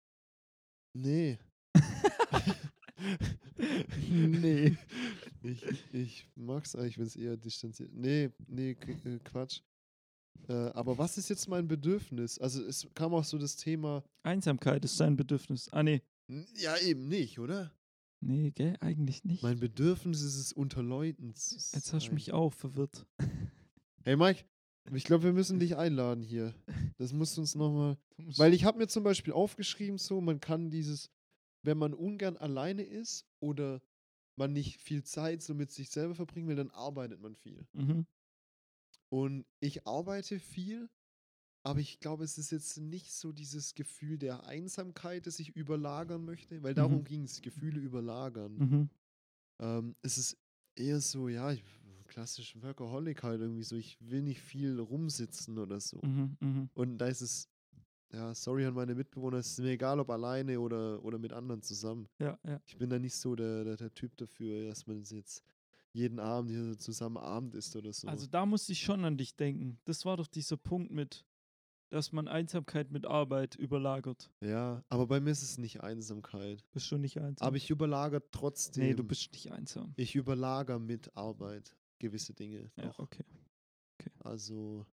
[SPEAKER 1] Nee. nee. Ich, ich mag's eigentlich, wenn es eher distanziert. Nee, nee, k- äh, Quatsch. Äh, aber was ist jetzt mein Bedürfnis? Also es kam auch so das Thema,
[SPEAKER 2] Einsamkeit ist dein Bedürfnis. Ah, nee.
[SPEAKER 1] N- Ja, eben nicht, oder?
[SPEAKER 2] Nee, gell? Eigentlich nicht.
[SPEAKER 1] Mein Bedürfnis ist es, unter Leuten zu
[SPEAKER 2] jetzt hast du
[SPEAKER 1] sein.
[SPEAKER 2] mich auch verwirrt.
[SPEAKER 1] Hey Mike, ich glaube, wir müssen dich einladen hier. Das musst du uns nochmal.
[SPEAKER 2] musst-
[SPEAKER 1] Weil ich habe mir zum Beispiel aufgeschrieben, so, man kann dieses, wenn man ungern alleine ist oder man nicht viel Zeit so mit sich selber verbringen will, dann arbeitet man viel.
[SPEAKER 2] Mhm.
[SPEAKER 1] Und ich arbeite viel, aber ich glaube, es ist jetzt nicht so dieses Gefühl der Einsamkeit, das ich überlagern möchte, weil darum
[SPEAKER 2] Mhm.
[SPEAKER 1] ging es, Gefühle überlagern.
[SPEAKER 2] Mhm.
[SPEAKER 1] Ähm, es ist eher so, ja, ich, klassisch Workaholic halt irgendwie so, ich will nicht viel rumsitzen oder so.
[SPEAKER 2] Mhm. Mhm.
[SPEAKER 1] Und da ist es, ja, sorry an meine Mitbewohner, es ist mir egal, ob alleine oder, oder mit anderen zusammen.
[SPEAKER 2] Ja, ja.
[SPEAKER 1] Ich bin da nicht so der, der, der Typ dafür, dass man jetzt jeden Abend hier so zusammen Abend isst oder so.
[SPEAKER 2] Also da musste ich schon an dich denken. Das war doch dieser Punkt mit, dass man Einsamkeit mit Arbeit überlagert.
[SPEAKER 1] Ja, aber bei mir ist es nicht Einsamkeit.
[SPEAKER 2] Bist schon nicht einsam.
[SPEAKER 1] Aber ich überlagere trotzdem.
[SPEAKER 2] nee, du bist nicht einsam.
[SPEAKER 1] ich überlagere mit Arbeit gewisse Dinge.
[SPEAKER 2] Ja,
[SPEAKER 1] Noch.
[SPEAKER 2] okay.
[SPEAKER 1] Also,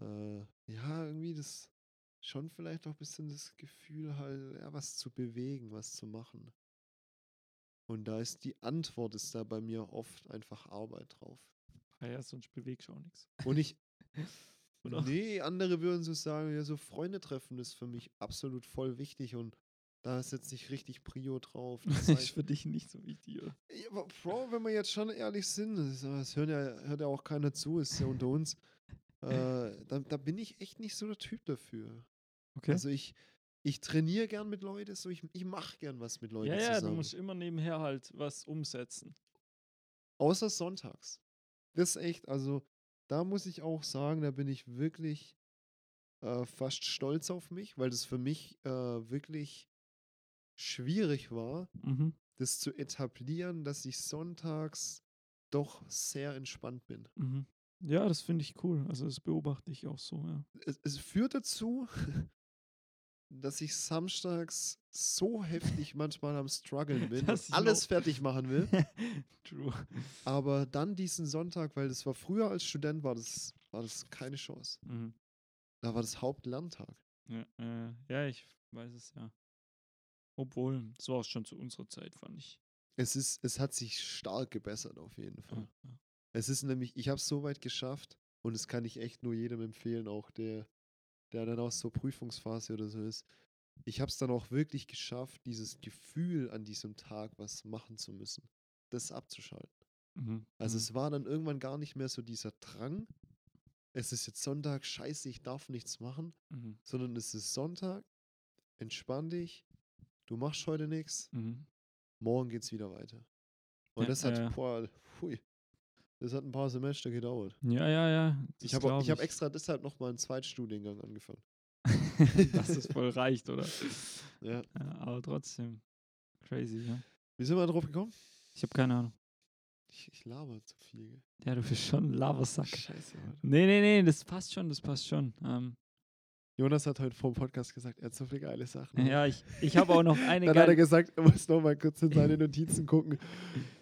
[SPEAKER 1] äh, ja, irgendwie das schon vielleicht auch ein bisschen das Gefühl, halt, ja, was zu bewegen, was zu machen. Und da ist die Antwort, ist da bei mir oft einfach Arbeit drauf.
[SPEAKER 2] Ah ja, sonst bewegst du auch nichts.
[SPEAKER 1] Und ich,
[SPEAKER 2] Oder?
[SPEAKER 1] nee, andere würden so sagen, ja, so Freunde treffen ist für mich absolut voll wichtig und da ist jetzt nicht richtig Prio drauf. Das
[SPEAKER 2] Das ist
[SPEAKER 1] heißt,
[SPEAKER 2] für dich nicht so wichtig, oder?
[SPEAKER 1] ja, aber Bro, wenn wir jetzt schon ehrlich sind, das ist- das hört ja, hört ja auch keiner zu, ist ja unter uns, äh, da, da bin ich echt nicht so der Typ dafür.
[SPEAKER 2] Okay.
[SPEAKER 1] Also ich, ich trainiere gern mit Leuten, so ich, ich mache gern was mit Leuten
[SPEAKER 2] ja, ja, du
[SPEAKER 1] zusammen.
[SPEAKER 2] musst immer nebenher halt was umsetzen.
[SPEAKER 1] Außer sonntags. Das ist echt, also da muss ich auch sagen, da bin ich wirklich äh, fast stolz auf mich, weil das für mich äh, wirklich schwierig war,
[SPEAKER 2] Mhm.
[SPEAKER 1] das zu etablieren, dass ich sonntags doch sehr entspannt bin.
[SPEAKER 2] Mhm. Ja, das finde ich cool. Also das beobachte ich auch so, ja.
[SPEAKER 1] es, es führt dazu, dass ich samstags so heftig manchmal am struggeln bin,
[SPEAKER 2] Dass
[SPEAKER 1] und
[SPEAKER 2] ich
[SPEAKER 1] alles
[SPEAKER 2] lau-
[SPEAKER 1] fertig machen will,
[SPEAKER 2] True.
[SPEAKER 1] aber dann diesen Sonntag, weil das war früher als Student, war das, war das keine Chance.
[SPEAKER 2] Mhm.
[SPEAKER 1] Da war das Hauptlandtag.
[SPEAKER 2] Ja, äh, ja, ich weiß es ja. Obwohl, es war auch schon zu unserer Zeit, fand ich.
[SPEAKER 1] Es, ist, es hat sich stark gebessert auf jeden Fall.
[SPEAKER 2] Ja, ja.
[SPEAKER 1] Es ist nämlich, ich habe es so weit geschafft und das kann ich echt nur jedem empfehlen, auch der, der dann aus so Prüfungsphase oder so ist. Ich habe es dann auch wirklich geschafft, dieses Gefühl an diesem Tag was machen zu müssen, das abzuschalten.
[SPEAKER 2] Mhm.
[SPEAKER 1] Also
[SPEAKER 2] mhm.
[SPEAKER 1] es war dann irgendwann gar nicht mehr so dieser Drang, es ist jetzt Sonntag, scheiße, ich darf nichts machen,
[SPEAKER 2] Mhm.
[SPEAKER 1] sondern es ist Sonntag, entspann dich, du machst heute nichts,
[SPEAKER 2] Mhm.
[SPEAKER 1] morgen geht's wieder weiter. Und
[SPEAKER 2] Ja,
[SPEAKER 1] das
[SPEAKER 2] ja,
[SPEAKER 1] hat,
[SPEAKER 2] ja.
[SPEAKER 1] boah, hui, das hat ein paar Semester gedauert.
[SPEAKER 2] Ja, ja, ja.
[SPEAKER 1] Ich
[SPEAKER 2] das
[SPEAKER 1] habe
[SPEAKER 2] glaub
[SPEAKER 1] ich hab extra deshalb nochmal einen Zweitstudiengang angefangen.
[SPEAKER 2] dass es voll reicht, oder?
[SPEAKER 1] Ja.
[SPEAKER 2] Ja, aber trotzdem. Crazy, ja.
[SPEAKER 1] Wie sind wir da drauf gekommen?
[SPEAKER 2] Ich habe keine Ahnung.
[SPEAKER 1] Ich, ich laber zu viel. gell?
[SPEAKER 2] Ja, du bist schon ein Labersack.
[SPEAKER 1] Scheiße, Alter.
[SPEAKER 2] Nee, nee, nee, das passt schon, das passt schon. Ähm,
[SPEAKER 1] Jonas hat heute vor dem Podcast gesagt, er hat so viele geile Sachen.
[SPEAKER 2] ja, ich, ich habe auch noch eine
[SPEAKER 1] Ah. Dann hat er
[SPEAKER 2] geile,
[SPEAKER 1] gesagt, er muss nochmal kurz in seine Notizen gucken.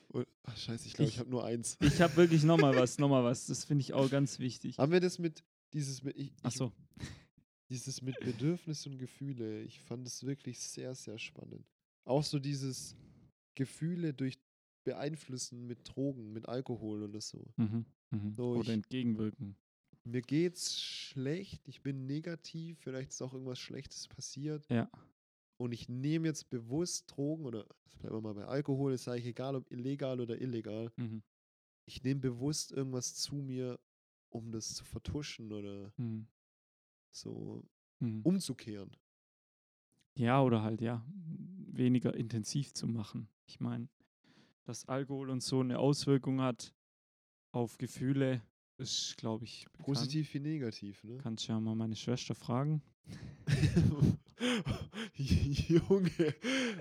[SPEAKER 1] Und, ach, scheiße, ich glaube, ich,
[SPEAKER 2] Ich-
[SPEAKER 1] habe nur eins.
[SPEAKER 2] Ich habe wirklich nochmal was, nochmal was. Das finde ich auch ganz wichtig.
[SPEAKER 1] Haben wir das mit dieses mit ich, ich,
[SPEAKER 2] Achso.
[SPEAKER 1] dieses mit Bedürfnisse und Gefühle? Ich fand es wirklich sehr, sehr spannend. Auch so dieses Gefühle durch Beeinflussen mit Drogen, mit Alkohol oder so.
[SPEAKER 2] Mhm. Mhm.
[SPEAKER 1] So, ich-
[SPEAKER 2] Oder entgegenwirken.
[SPEAKER 1] Mir geht's schlecht, ich bin negativ, vielleicht ist auch irgendwas Schlechtes passiert.
[SPEAKER 2] Ja.
[SPEAKER 1] Und ich nehme jetzt bewusst Drogen oder jetzt bleiben wir mal bei Alkohol, ist eigentlich egal, ob illegal oder illegal.
[SPEAKER 2] Mhm.
[SPEAKER 1] Ich nehme bewusst irgendwas zu mir, um das zu vertuschen oder
[SPEAKER 2] Mhm.
[SPEAKER 1] so
[SPEAKER 2] Mhm.
[SPEAKER 1] Oh. umzukehren.
[SPEAKER 2] Ja, oder halt, ja, weniger intensiv zu machen. Ich meine, dass Alkohol und so eine Auswirkung hat auf Gefühle, ist, glaube ich, bekannt.
[SPEAKER 1] Positiv wie negativ, ne?
[SPEAKER 2] Kannst ja mal meine Schwester fragen.
[SPEAKER 1] Junge.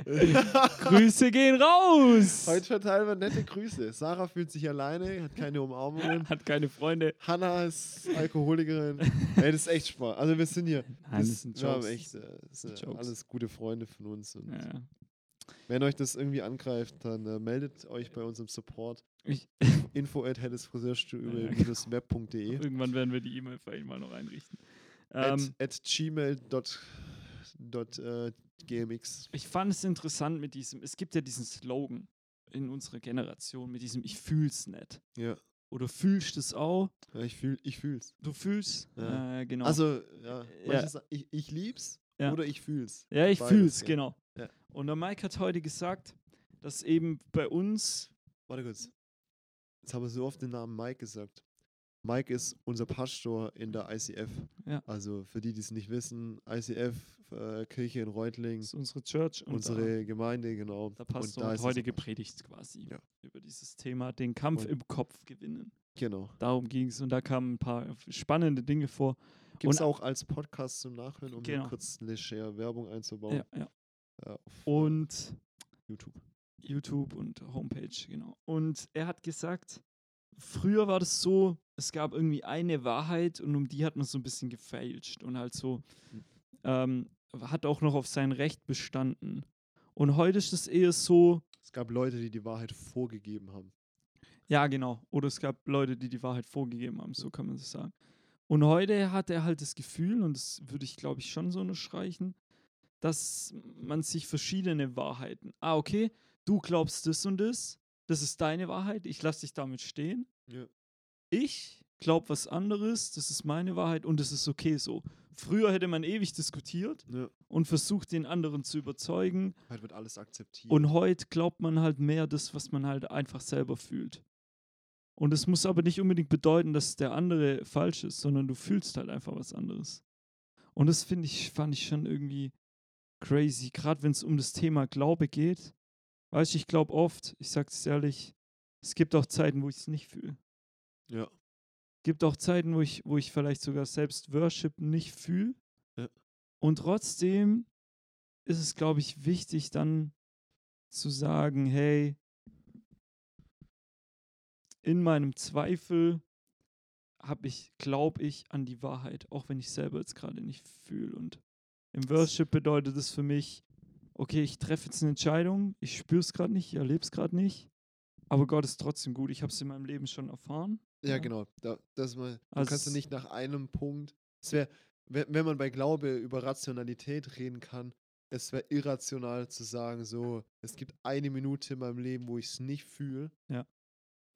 [SPEAKER 2] Grüße gehen raus!
[SPEAKER 1] Heute verteilen wir nette Grüße. Sarah fühlt sich alleine, hat keine Umarmungen.
[SPEAKER 2] Hat keine Freunde.
[SPEAKER 1] Hannah ist Alkoholikerin. Ey, das ist echt Spaß. Also wir sind hier.
[SPEAKER 2] Nein, das sind
[SPEAKER 1] wir haben
[SPEAKER 2] Jokes.
[SPEAKER 1] echt, äh, das sind
[SPEAKER 2] Jokes.
[SPEAKER 1] alles gute Freunde von uns. Und
[SPEAKER 2] Ja.
[SPEAKER 1] Wenn euch das irgendwie angreift, dann äh, meldet euch bei unserem Support.
[SPEAKER 2] Ich,
[SPEAKER 1] Info at
[SPEAKER 2] Ja,
[SPEAKER 1] webde
[SPEAKER 2] irgendwann werden wir die E-Mail für ihn mal noch einrichten.
[SPEAKER 1] at,
[SPEAKER 2] Ähm,
[SPEAKER 1] at gmail dot, dot, äh, gmx.
[SPEAKER 2] ich fand es interessant mit diesem, es gibt ja diesen Slogan in unserer Generation mit diesem Ich fühl's nicht.
[SPEAKER 1] Ja,
[SPEAKER 2] Oder fühlst es auch?
[SPEAKER 1] ja ich, fühl, ich fühl's.
[SPEAKER 2] Du fühlst?
[SPEAKER 1] Ja.
[SPEAKER 2] Äh, genau.
[SPEAKER 1] Also, ja,
[SPEAKER 2] Äh,
[SPEAKER 1] manche
[SPEAKER 2] ja.
[SPEAKER 1] sa- Ich, ich lieb's
[SPEAKER 2] Ja.
[SPEAKER 1] oder ich fühl's.
[SPEAKER 2] Ja, ich
[SPEAKER 1] Beides,
[SPEAKER 2] fühl's,
[SPEAKER 1] ja.
[SPEAKER 2] genau.
[SPEAKER 1] Ja.
[SPEAKER 2] Und der Mike hat heute gesagt, dass eben bei uns,
[SPEAKER 1] Warte kurz. Jetzt haben wir so oft den Namen Mike gesagt. Mike ist unser Pastor in der ICF.
[SPEAKER 2] Ja.
[SPEAKER 1] Also für die, die es nicht wissen, ICF, äh, Kirche in Reutlingen,
[SPEAKER 2] das ist unsere Church und
[SPEAKER 1] unsere Gemeinde, genau.
[SPEAKER 2] da, der Pastor
[SPEAKER 1] da
[SPEAKER 2] hat
[SPEAKER 1] ist
[SPEAKER 2] heute
[SPEAKER 1] unser Pastor.
[SPEAKER 2] gepredigt quasi
[SPEAKER 1] Ja.
[SPEAKER 2] über dieses Thema, den Kampf
[SPEAKER 1] Und-
[SPEAKER 2] im Kopf gewinnen.
[SPEAKER 1] Genau.
[SPEAKER 2] Darum ging es und da kamen ein paar spannende Dinge vor.
[SPEAKER 1] Gibt es
[SPEAKER 2] Und-
[SPEAKER 1] auch als Podcast zum Nachhören, um hier
[SPEAKER 2] Genau.
[SPEAKER 1] kurz leger Werbung einzubauen
[SPEAKER 2] Ja, ja.
[SPEAKER 1] äh, auf äh,
[SPEAKER 2] Und
[SPEAKER 1] YouTube.
[SPEAKER 2] YouTube und Homepage, genau. Und er hat gesagt, früher war das so, es gab irgendwie eine Wahrheit und um die hat man so ein bisschen gefälscht und halt so ähm, hat auch noch auf sein Recht bestanden. Und heute ist es eher so,
[SPEAKER 1] Es gab Leute, die die Wahrheit vorgegeben haben.
[SPEAKER 2] ja genau, oder es gab Leute, die die Wahrheit vorgegeben haben, so kann man das sagen. Und heute hat er halt das Gefühl, und das würde ich glaube ich schon so unterstreichen, dass man sich verschiedene Wahrheiten, ah okay, du glaubst das und das, das ist deine Wahrheit, ich lasse dich damit stehen.
[SPEAKER 1] Ja.
[SPEAKER 2] ich glaube was anderes, das ist meine Wahrheit und es ist okay so. Früher hätte man ewig diskutiert
[SPEAKER 1] Ja.
[SPEAKER 2] und versucht, den anderen zu überzeugen.
[SPEAKER 1] Ne? Heute wird alles akzeptiert.
[SPEAKER 2] Und heute glaubt man halt mehr das, was man halt einfach selber fühlt. Und es muss aber nicht unbedingt bedeuten, dass der andere falsch ist, sondern du fühlst halt einfach was anderes. Und das finde ich, fand ich schon irgendwie crazy, gerade wenn es um das Thema Glaube geht. Weißt du, ich glaube oft, ich sag's ehrlich, es gibt auch Zeiten, wo ich es nicht fühle
[SPEAKER 1] ja.
[SPEAKER 2] gibt auch Zeiten, wo ich, wo ich vielleicht sogar selbst Worship nicht fühle.
[SPEAKER 1] Ja.
[SPEAKER 2] Und trotzdem ist es, glaube ich, wichtig, dann zu sagen, hey, in meinem Zweifel habe ich, glaube ich, an die Wahrheit, auch wenn ich selber jetzt gerade nicht fühle. Und im Worship bedeutet es für mich, okay, ich treffe jetzt eine Entscheidung, ich spüre es gerade nicht, ich erlebe es gerade nicht, aber Gott ist trotzdem gut, ich habe es in meinem Leben schon erfahren.
[SPEAKER 1] Ja,
[SPEAKER 2] Ja.
[SPEAKER 1] genau. Da, das mal, du
[SPEAKER 2] Also
[SPEAKER 1] kannst du
[SPEAKER 2] es-
[SPEAKER 1] nicht nach einem Punkt. Es wäre, wenn wenn man bei Glaube über Rationalität reden kann, es wäre irrational zu sagen, so, es gibt eine Minute in meinem Leben, wo ich es nicht fühle.
[SPEAKER 2] Ja.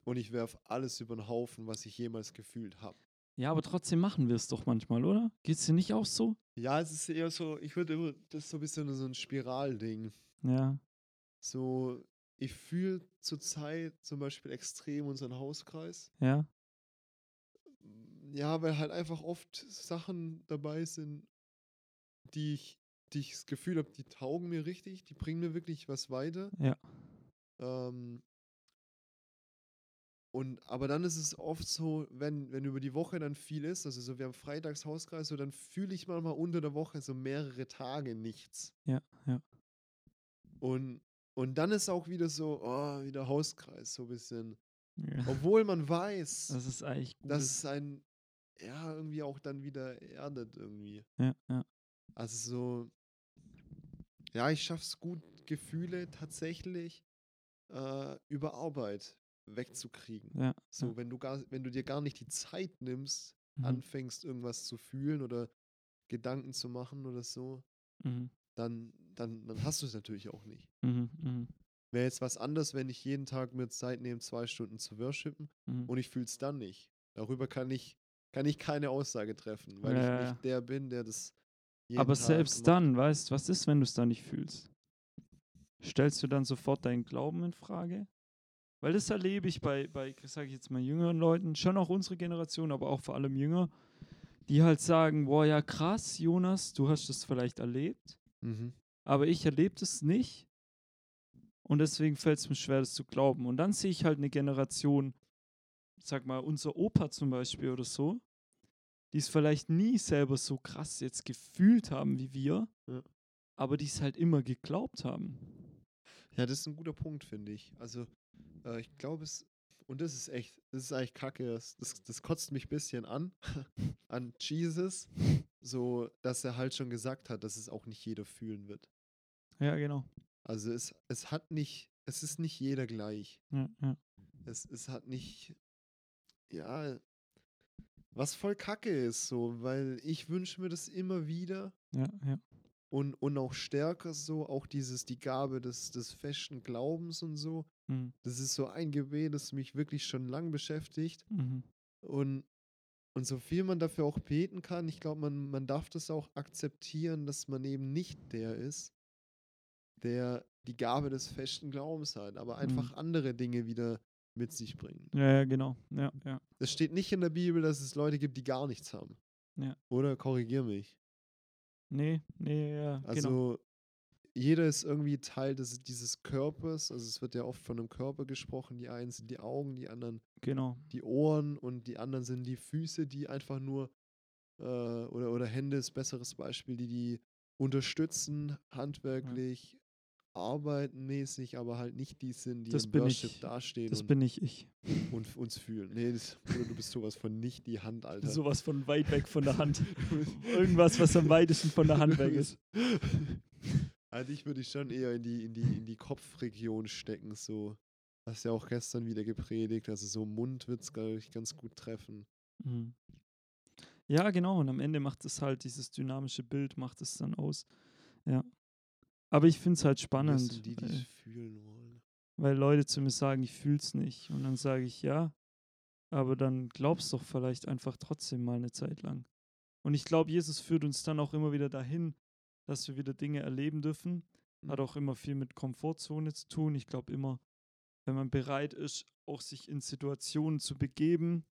[SPEAKER 1] Und ich werfe alles über den Haufen, was ich jemals gefühlt habe.
[SPEAKER 2] Ja, aber trotzdem machen wir es doch manchmal, oder? Geht's dir nicht auch so?
[SPEAKER 1] Ja, es ist eher so, ich würde immer, das ist so ein bisschen so ein Spiralding.
[SPEAKER 2] Ja.
[SPEAKER 1] So, ich fühle zurzeit zum Beispiel extrem unseren Hauskreis.
[SPEAKER 2] Ja.
[SPEAKER 1] ja, weil halt einfach oft Sachen dabei sind, die ich, die ich das Gefühl habe, die taugen mir richtig, die bringen mir wirklich was weiter.
[SPEAKER 2] Ja.
[SPEAKER 1] Ähm, und aber dann ist es oft so, wenn, wenn über die Woche dann viel ist, also so wir haben Freitags Hauskreis, so dann fühle ich manchmal unter der Woche so mehrere Tage nichts.
[SPEAKER 2] Ja, ja.
[SPEAKER 1] Und, und dann ist auch wieder so, oh, wieder Hauskreis, so ein bisschen.
[SPEAKER 2] ja.
[SPEAKER 1] Obwohl man weiß,
[SPEAKER 2] Das ist eigentlich gut.
[SPEAKER 1] dass es ein, ja, irgendwie auch dann wieder erdet irgendwie.
[SPEAKER 2] ja, ja.
[SPEAKER 1] Also so, ja, ich schaff's gut, Gefühle tatsächlich äh, über Arbeit wegzukriegen.
[SPEAKER 2] Ja.
[SPEAKER 1] So, wenn du gar, wenn du dir gar nicht die Zeit nimmst,
[SPEAKER 2] Mhm.
[SPEAKER 1] anfängst irgendwas zu fühlen oder Gedanken zu machen oder so,
[SPEAKER 2] Mhm.
[SPEAKER 1] dann, dann, dann hast du es natürlich auch nicht.
[SPEAKER 2] Mhm. Mhm.
[SPEAKER 1] Wäre jetzt was anderes, wenn ich jeden Tag mir Zeit nehme, zwei Stunden zu worshipen
[SPEAKER 2] Mhm.
[SPEAKER 1] und ich fühle es dann nicht. Darüber kann ich, kann ich keine Aussage treffen, weil
[SPEAKER 2] Ja, ja,
[SPEAKER 1] ich
[SPEAKER 2] ja.
[SPEAKER 1] nicht der bin, der das. jeden
[SPEAKER 2] Aber
[SPEAKER 1] Tag
[SPEAKER 2] selbst
[SPEAKER 1] macht.
[SPEAKER 2] dann, weißt du, was ist, wenn du es dann nicht fühlst? Stellst du dann sofort deinen Glauben in Frage? Weil das erlebe ich bei, bei sage ich jetzt mal, jüngeren Leuten, schon auch unsere Generation, aber auch vor allem jünger, die halt sagen, boah, ja krass, Jonas, du hast das vielleicht erlebt,
[SPEAKER 1] Mhm.
[SPEAKER 2] aber ich erlebe es nicht. Und deswegen fällt es mir schwer, das zu glauben. Und dann sehe ich halt eine Generation, sag mal, unser Opa zum Beispiel oder so, die es vielleicht nie selber so krass jetzt gefühlt haben wie wir,
[SPEAKER 1] Ja.
[SPEAKER 2] aber die es halt immer geglaubt haben.
[SPEAKER 1] Ja, das ist ein guter Punkt, finde ich. Also, äh, ich glaube es, und das ist echt, das ist eigentlich kacke, das, das, das kotzt mich ein bisschen an, an Jesus, so, dass er halt schon gesagt hat, dass es auch nicht jeder fühlen wird.
[SPEAKER 2] Ja, genau.
[SPEAKER 1] Also, es, es hat nicht, es ist nicht jeder gleich.
[SPEAKER 2] Ja, ja.
[SPEAKER 1] es, es hat nicht, ja, was voll kacke ist, so, weil ich wünsche mir das immer wieder
[SPEAKER 2] Ja, ja.
[SPEAKER 1] und, und auch stärker so, auch dieses, die Gabe des, des festen Glaubens und so.
[SPEAKER 2] Mhm.
[SPEAKER 1] Das ist so ein Gebet, das mich wirklich schon lang beschäftigt
[SPEAKER 2] Mhm.
[SPEAKER 1] und, und so viel man dafür auch beten kann, ich glaube, man, man darf das auch akzeptieren, dass man eben nicht der ist, der die Gabe des festen Glaubens hat, aber einfach andere Dinge wieder mit sich bringt.
[SPEAKER 2] ja, ja, genau. Ja, ja.
[SPEAKER 1] Es steht nicht in der Bibel, dass es Leute gibt, die gar nichts haben.
[SPEAKER 2] Ja.
[SPEAKER 1] Oder korrigier mich.
[SPEAKER 2] Nee, nee, ja.
[SPEAKER 1] Also
[SPEAKER 2] genau.
[SPEAKER 1] jeder ist irgendwie Teil des, dieses Körpers. Also es wird ja oft von einem Körper gesprochen. Die einen sind die Augen, die anderen
[SPEAKER 2] genau.
[SPEAKER 1] die Ohren und die anderen sind die Füße, die einfach nur äh, oder, oder Hände ist besseres Beispiel, die die unterstützen handwerklich, arbeiten mäßig, aber halt nicht die sind, die
[SPEAKER 2] Das
[SPEAKER 1] im
[SPEAKER 2] bin
[SPEAKER 1] Worship
[SPEAKER 2] ich.
[SPEAKER 1] dastehen
[SPEAKER 2] Das
[SPEAKER 1] und,
[SPEAKER 2] bin nicht ich.
[SPEAKER 1] und f- uns fühlen. Nee, das, Bruder, du bist sowas von nicht die Hand, Alter.
[SPEAKER 2] Sowas von weit weg von der Hand.
[SPEAKER 1] Du bist-
[SPEAKER 2] Irgendwas, was am weitesten von der Hand weg ist.
[SPEAKER 1] Also ich würde dich schon eher in die, in die, in die Kopfregion stecken, so. Hast ja auch gestern wieder gepredigt, also so Mund wird es, glaube ich, ganz gut treffen.
[SPEAKER 2] Mhm. Ja, genau. Und am Ende macht es halt dieses dynamische Bild, macht es dann aus. Ja. Aber ich finde es halt
[SPEAKER 1] Das
[SPEAKER 2] spannend,
[SPEAKER 1] sind die, die
[SPEAKER 2] weil,
[SPEAKER 1] es fühlen wollen.
[SPEAKER 2] weil Leute zu mir sagen, ich fühl's nicht. Und dann sage ich, ja, aber dann glaub's doch vielleicht einfach trotzdem mal eine Zeit lang. Und ich glaube, Jesus führt uns dann auch immer wieder dahin, dass wir wieder Dinge erleben dürfen. Hat auch immer viel mit Komfortzone zu tun. Ich glaube immer, wenn man bereit ist, auch sich in Situationen zu begeben,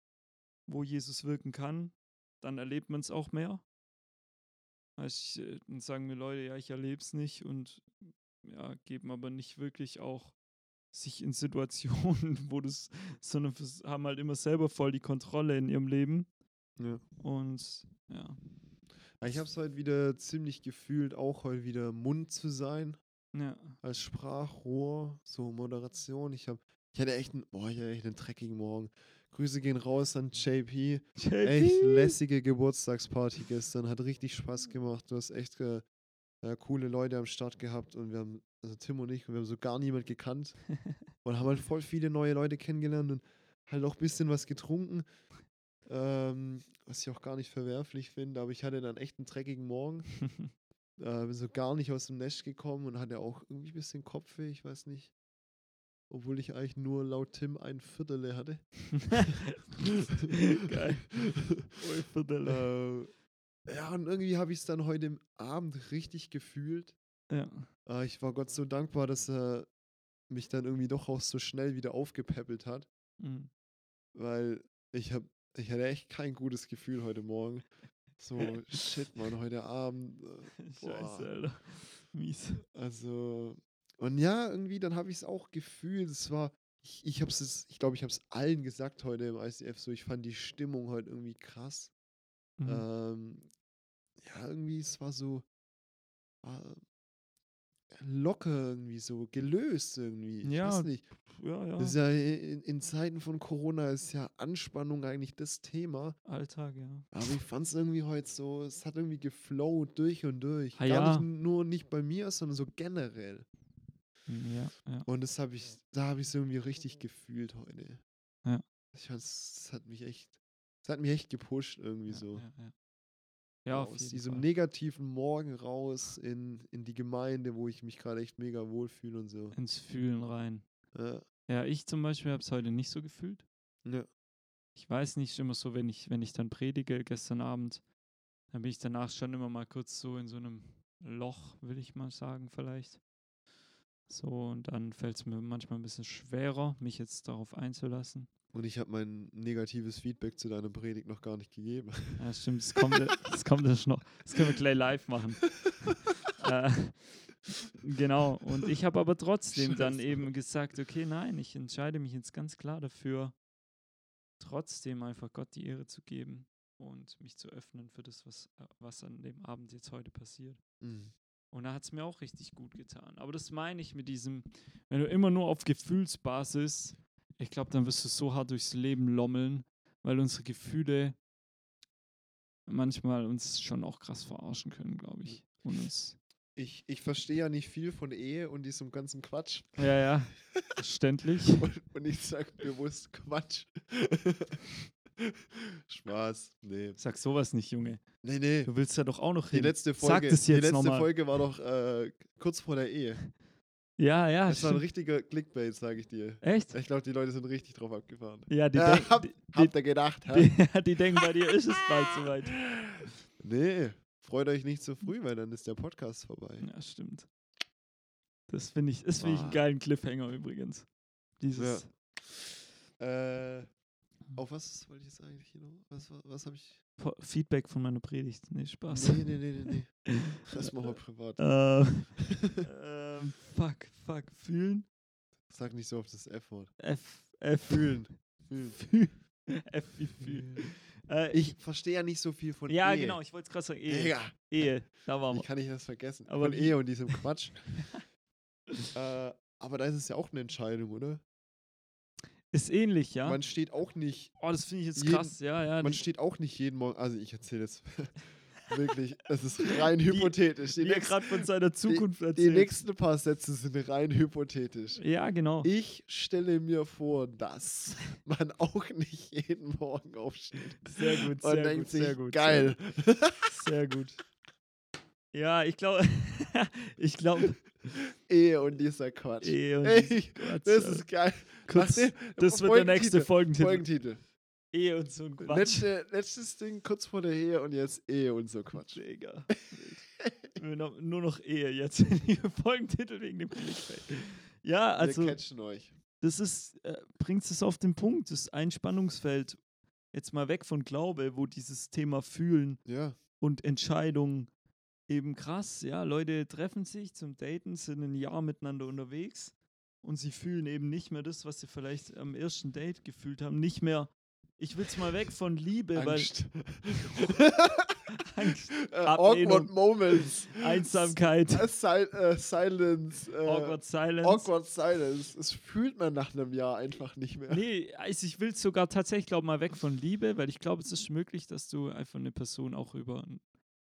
[SPEAKER 2] wo Jesus wirken kann, dann erlebt man es auch mehr. Als ich, äh, dann sagen mir Leute, ja, ich erlebe es nicht und ja, geben aber nicht wirklich auch sich in Situationen, wo das, sondern vers- haben halt immer selber voll die Kontrolle in ihrem Leben.
[SPEAKER 1] Ja.
[SPEAKER 2] Und ja,
[SPEAKER 1] Aber Ah, Ich habe es heute wieder ziemlich gefühlt, auch heute wieder Mund zu sein,
[SPEAKER 2] ja,
[SPEAKER 1] als Sprachrohr, so Moderation. Ich, hab, ich hatte echt einen, oh, ich hatte echt einen dreckigen Morgen. Grüße gehen raus an JP. Echt lässige Geburtstagsparty gestern. Hat richtig Spaß gemacht. Du hast echt äh, äh, coole Leute am Start gehabt und wir haben, also Tim und ich, wir haben so gar niemand gekannt und haben halt voll viele neue Leute kennengelernt und halt auch ein bisschen was getrunken. Ähm, was ich auch gar nicht verwerflich finde, aber ich hatte dann echt einen dreckigen Morgen. äh, bin so gar nicht aus dem Nest gekommen und hatte auch irgendwie ein bisschen Kopfweh, ich weiß nicht. Obwohl ich eigentlich nur laut Tim ein Viertel hatte.
[SPEAKER 2] Geil. Ui, Viertel.
[SPEAKER 1] Äh, ja, und irgendwie habe ich es dann heute Abend richtig gefühlt.
[SPEAKER 2] Ja.
[SPEAKER 1] Äh, ich war Gott so dankbar, dass er mich dann irgendwie doch auch so schnell wieder aufgepäppelt hat,
[SPEAKER 2] Mm.
[SPEAKER 1] weil ich habe ich hatte echt kein gutes Gefühl heute Morgen. So, shit, Mann, heute Abend. äh, Boah.
[SPEAKER 2] Scheiße, Alter. Mies.
[SPEAKER 1] Also, und ja, irgendwie, dann habe ich es auch gefühlt. Es war, ich, ich habe es, ich glaube, ich habe es allen gesagt heute im ICF so. Ich fand die Stimmung heute irgendwie krass.
[SPEAKER 2] Mhm.
[SPEAKER 1] Ähm, ja, irgendwie, es war so äh, locker irgendwie, so gelöst irgendwie. Ich
[SPEAKER 2] Ja,
[SPEAKER 1] weiß nicht.
[SPEAKER 2] ja, ja.
[SPEAKER 1] Das ist ja in, in Zeiten von Corona ist ja Anspannung eigentlich das Thema.
[SPEAKER 2] Alltag, ja.
[SPEAKER 1] Aber ich fand es irgendwie heute so, es hat irgendwie geflowt durch und durch. Gar
[SPEAKER 2] Ah ja.
[SPEAKER 1] nicht n- nur nicht bei mir, sondern so generell.
[SPEAKER 2] Mm, Ja, ja.
[SPEAKER 1] Und das habe ich, da habe ich es irgendwie richtig gefühlt heute.
[SPEAKER 2] Ja.
[SPEAKER 1] Ich fand, es hat mich echt, es hat mich echt gepusht irgendwie
[SPEAKER 2] ja,
[SPEAKER 1] so.
[SPEAKER 2] Ja, ja. ja auf
[SPEAKER 1] aus
[SPEAKER 2] jeden
[SPEAKER 1] diesem
[SPEAKER 2] Fall.
[SPEAKER 1] negativen Morgen raus in, in die Gemeinde, wo ich mich gerade echt mega wohlfühle und so. ne?
[SPEAKER 2] ins Fühlen rein.
[SPEAKER 1] Ja,
[SPEAKER 2] Ja, ich zum Beispiel habe es heute nicht so gefühlt.
[SPEAKER 1] ja.
[SPEAKER 2] ich weiß nicht, immer so, wenn ich, wenn ich dann predige gestern Abend, dann bin ich danach schon immer mal kurz so in so einem Loch, will ich mal sagen, vielleicht. So, und dann fällt es mir manchmal ein bisschen schwerer, mich jetzt darauf einzulassen.
[SPEAKER 1] Und ich habe mein negatives Feedback zu deiner Predigt noch gar nicht gegeben.
[SPEAKER 2] Ja, stimmt, es kommt, ja- es kommt erst noch. Das können wir gleich live machen. äh, genau, und ich habe aber trotzdem dann
[SPEAKER 1] Scheiße.
[SPEAKER 2] eben gesagt, okay, nein, ich entscheide mich jetzt ganz klar dafür, trotzdem einfach Gott die Ehre zu geben und mich zu öffnen für das, was, äh, was an dem Abend jetzt heute passiert.
[SPEAKER 1] Mhm.
[SPEAKER 2] Und da hat es mir auch richtig gut getan. Aber das meine ich mit diesem, wenn du immer nur auf Gefühlsbasis, ich glaube, dann wirst du so hart durchs Leben lommeln, weil unsere Gefühle manchmal uns schon auch krass verarschen können, glaube ich. Und uns.
[SPEAKER 1] Ich, ich verstehe ja nicht viel von Ehe und diesem ganzen Quatsch.
[SPEAKER 2] Ja, ja. Verständlich.
[SPEAKER 1] Und, und ich sage bewusst Quatsch. Spaß. Nee.
[SPEAKER 2] Sag sowas nicht, Junge.
[SPEAKER 1] Nee, nee.
[SPEAKER 2] Du willst ja doch auch noch
[SPEAKER 1] Die
[SPEAKER 2] hin.
[SPEAKER 1] letzte
[SPEAKER 2] Sag
[SPEAKER 1] Folge,
[SPEAKER 2] das
[SPEAKER 1] die
[SPEAKER 2] jetzt
[SPEAKER 1] letzte
[SPEAKER 2] nochmal.
[SPEAKER 1] Folge war doch äh, kurz vor der Ehe.
[SPEAKER 2] Ja, ja.
[SPEAKER 1] Das war ein
[SPEAKER 2] stimmt.
[SPEAKER 1] richtiger Clickbait, sage ich dir.
[SPEAKER 2] Echt?
[SPEAKER 1] Ich glaube, die Leute sind richtig drauf abgefahren.
[SPEAKER 2] Ja, die,
[SPEAKER 1] Ja,
[SPEAKER 2] denk-
[SPEAKER 1] hab,
[SPEAKER 2] die,
[SPEAKER 1] habt ihr gedacht, hä?
[SPEAKER 2] die, die denken, bei dir ist es bald soweit.
[SPEAKER 1] Nee, freut euch nicht zu früh, weil dann ist der Podcast vorbei.
[SPEAKER 2] Ja, stimmt. Das finde ich, das finde ich einen
[SPEAKER 1] Boah.
[SPEAKER 2] geilen Cliffhanger übrigens. Dieses.
[SPEAKER 1] Äh, auf was wollte ich jetzt eigentlich hinaus? Was, war- was habe ich?
[SPEAKER 2] Po- Feedback von meiner Predigt. Nee, Spaß.
[SPEAKER 1] Nee, nee, nee, nee, nee. Das machen wir privat.
[SPEAKER 2] Ähm, ähm, fuck, fuck. Fühlen?
[SPEAKER 1] Sag nicht so oft das F-Wort.
[SPEAKER 2] F, F.
[SPEAKER 1] Fühlen. Fühlen.
[SPEAKER 2] Fühl- F wie fühlen. Äh,
[SPEAKER 1] Ich E. verstehe ja nicht so viel von
[SPEAKER 2] ja,
[SPEAKER 1] Ehe.
[SPEAKER 2] genau, ich wollte es gerade sagen. Ehe.
[SPEAKER 1] Ehe.
[SPEAKER 2] Ehe, da waren
[SPEAKER 1] Wie
[SPEAKER 2] wir.
[SPEAKER 1] kann ich das vergessen?
[SPEAKER 2] Aber
[SPEAKER 1] von E
[SPEAKER 2] wie-
[SPEAKER 1] Ehe und diesem Quatsch. Äh, aber da ist es ja auch eine Entscheidung, oder?
[SPEAKER 2] Ist ähnlich, ja.
[SPEAKER 1] Man steht auch nicht,
[SPEAKER 2] oh, das finde ich jetzt
[SPEAKER 1] jeden-
[SPEAKER 2] krass. Ja, ja.
[SPEAKER 1] man
[SPEAKER 2] die-
[SPEAKER 1] steht auch nicht jeden Morgen. Also ich erzähle jetzt wirklich, das ist rein hypothetisch. Die,
[SPEAKER 2] wie er
[SPEAKER 1] nächsten,
[SPEAKER 2] gerade von seiner Zukunft
[SPEAKER 1] die
[SPEAKER 2] erzählt.
[SPEAKER 1] nächsten paar Sätze sind rein hypothetisch.
[SPEAKER 2] ja, genau.
[SPEAKER 1] Ich stelle mir vor, dass man auch nicht jeden Morgen aufsteht
[SPEAKER 2] Sehr gut,
[SPEAKER 1] und
[SPEAKER 2] sehr
[SPEAKER 1] denkt
[SPEAKER 2] gut,
[SPEAKER 1] sich,
[SPEAKER 2] sehr gut.
[SPEAKER 1] geil.
[SPEAKER 2] Sehr, sehr gut. Ja, ich glaube, ich glaube,
[SPEAKER 1] Ehe und dieser Quatsch.
[SPEAKER 2] eh, und
[SPEAKER 1] Ey,
[SPEAKER 2] Quatsch,
[SPEAKER 1] das
[SPEAKER 2] ja.
[SPEAKER 1] ist geil.
[SPEAKER 2] kurz,
[SPEAKER 1] Nachdem-
[SPEAKER 2] das wird der nächste
[SPEAKER 1] Folgentitel,
[SPEAKER 2] Folgentitel.
[SPEAKER 1] Folgentitel.
[SPEAKER 2] Ehe Eh und so ein Quatsch.
[SPEAKER 1] Letzte, letztes Ding kurz vor der Ehe und jetzt Ehe und so Quatsch.
[SPEAKER 2] Digga. Wild. Nur noch- Nur noch Ehe jetzt. Die Folgentitel wegen dem Clickbait. Ja,
[SPEAKER 1] Wir
[SPEAKER 2] also,
[SPEAKER 1] catchen euch.
[SPEAKER 2] das ist, äh, bringt es auf den Punkt, das Einspannungsfeld. Jetzt mal weg von Glaube, wo dieses Thema Fühlen
[SPEAKER 1] Ja.
[SPEAKER 2] und Entscheidungen eben krass. Ja, Leute treffen sich zum Daten, sind ein Jahr miteinander unterwegs und sie fühlen eben nicht mehr das, was sie vielleicht am ersten Date gefühlt haben. Nicht mehr, ich will's mal weg von Liebe,
[SPEAKER 1] Angst.
[SPEAKER 2] weil Angst,
[SPEAKER 1] äh,
[SPEAKER 2] Ablehnung.
[SPEAKER 1] awkward Moments.
[SPEAKER 2] Einsamkeit,
[SPEAKER 1] Äh, sil äh, silence. Äh,
[SPEAKER 2] Awkward Silence.
[SPEAKER 1] awkward Silence. Das fühlt man nach einem Jahr einfach nicht mehr.
[SPEAKER 2] Nee, also ich will sogar tatsächlich, glaube mal weg von Liebe, weil ich glaube, es ist möglich, dass du einfach eine Person auch über einen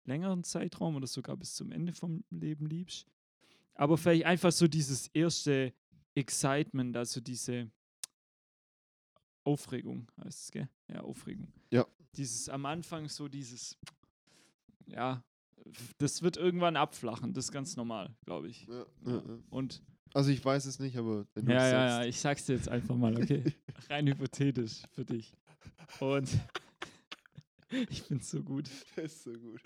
[SPEAKER 2] längeren Zeitraum oder sogar bis zum Ende vom Leben liebst. Aber vielleicht einfach so dieses erste Excitement, also diese Aufregung heißt es, gell? Ja, Aufregung.
[SPEAKER 1] Ja.
[SPEAKER 2] Dieses am Anfang so dieses, ja, das wird irgendwann abflachen, das ist ganz normal, glaube ich.
[SPEAKER 1] Ja,
[SPEAKER 2] Ja.
[SPEAKER 1] ja, ja.
[SPEAKER 2] Und
[SPEAKER 1] Also ich weiß es nicht, aber wenn du
[SPEAKER 2] ja,
[SPEAKER 1] es
[SPEAKER 2] ja,
[SPEAKER 1] sagst.
[SPEAKER 2] ja, ich sag's dir jetzt einfach mal, okay? Rein hypothetisch für dich. Und ich find's so gut.
[SPEAKER 1] Das ist so gut.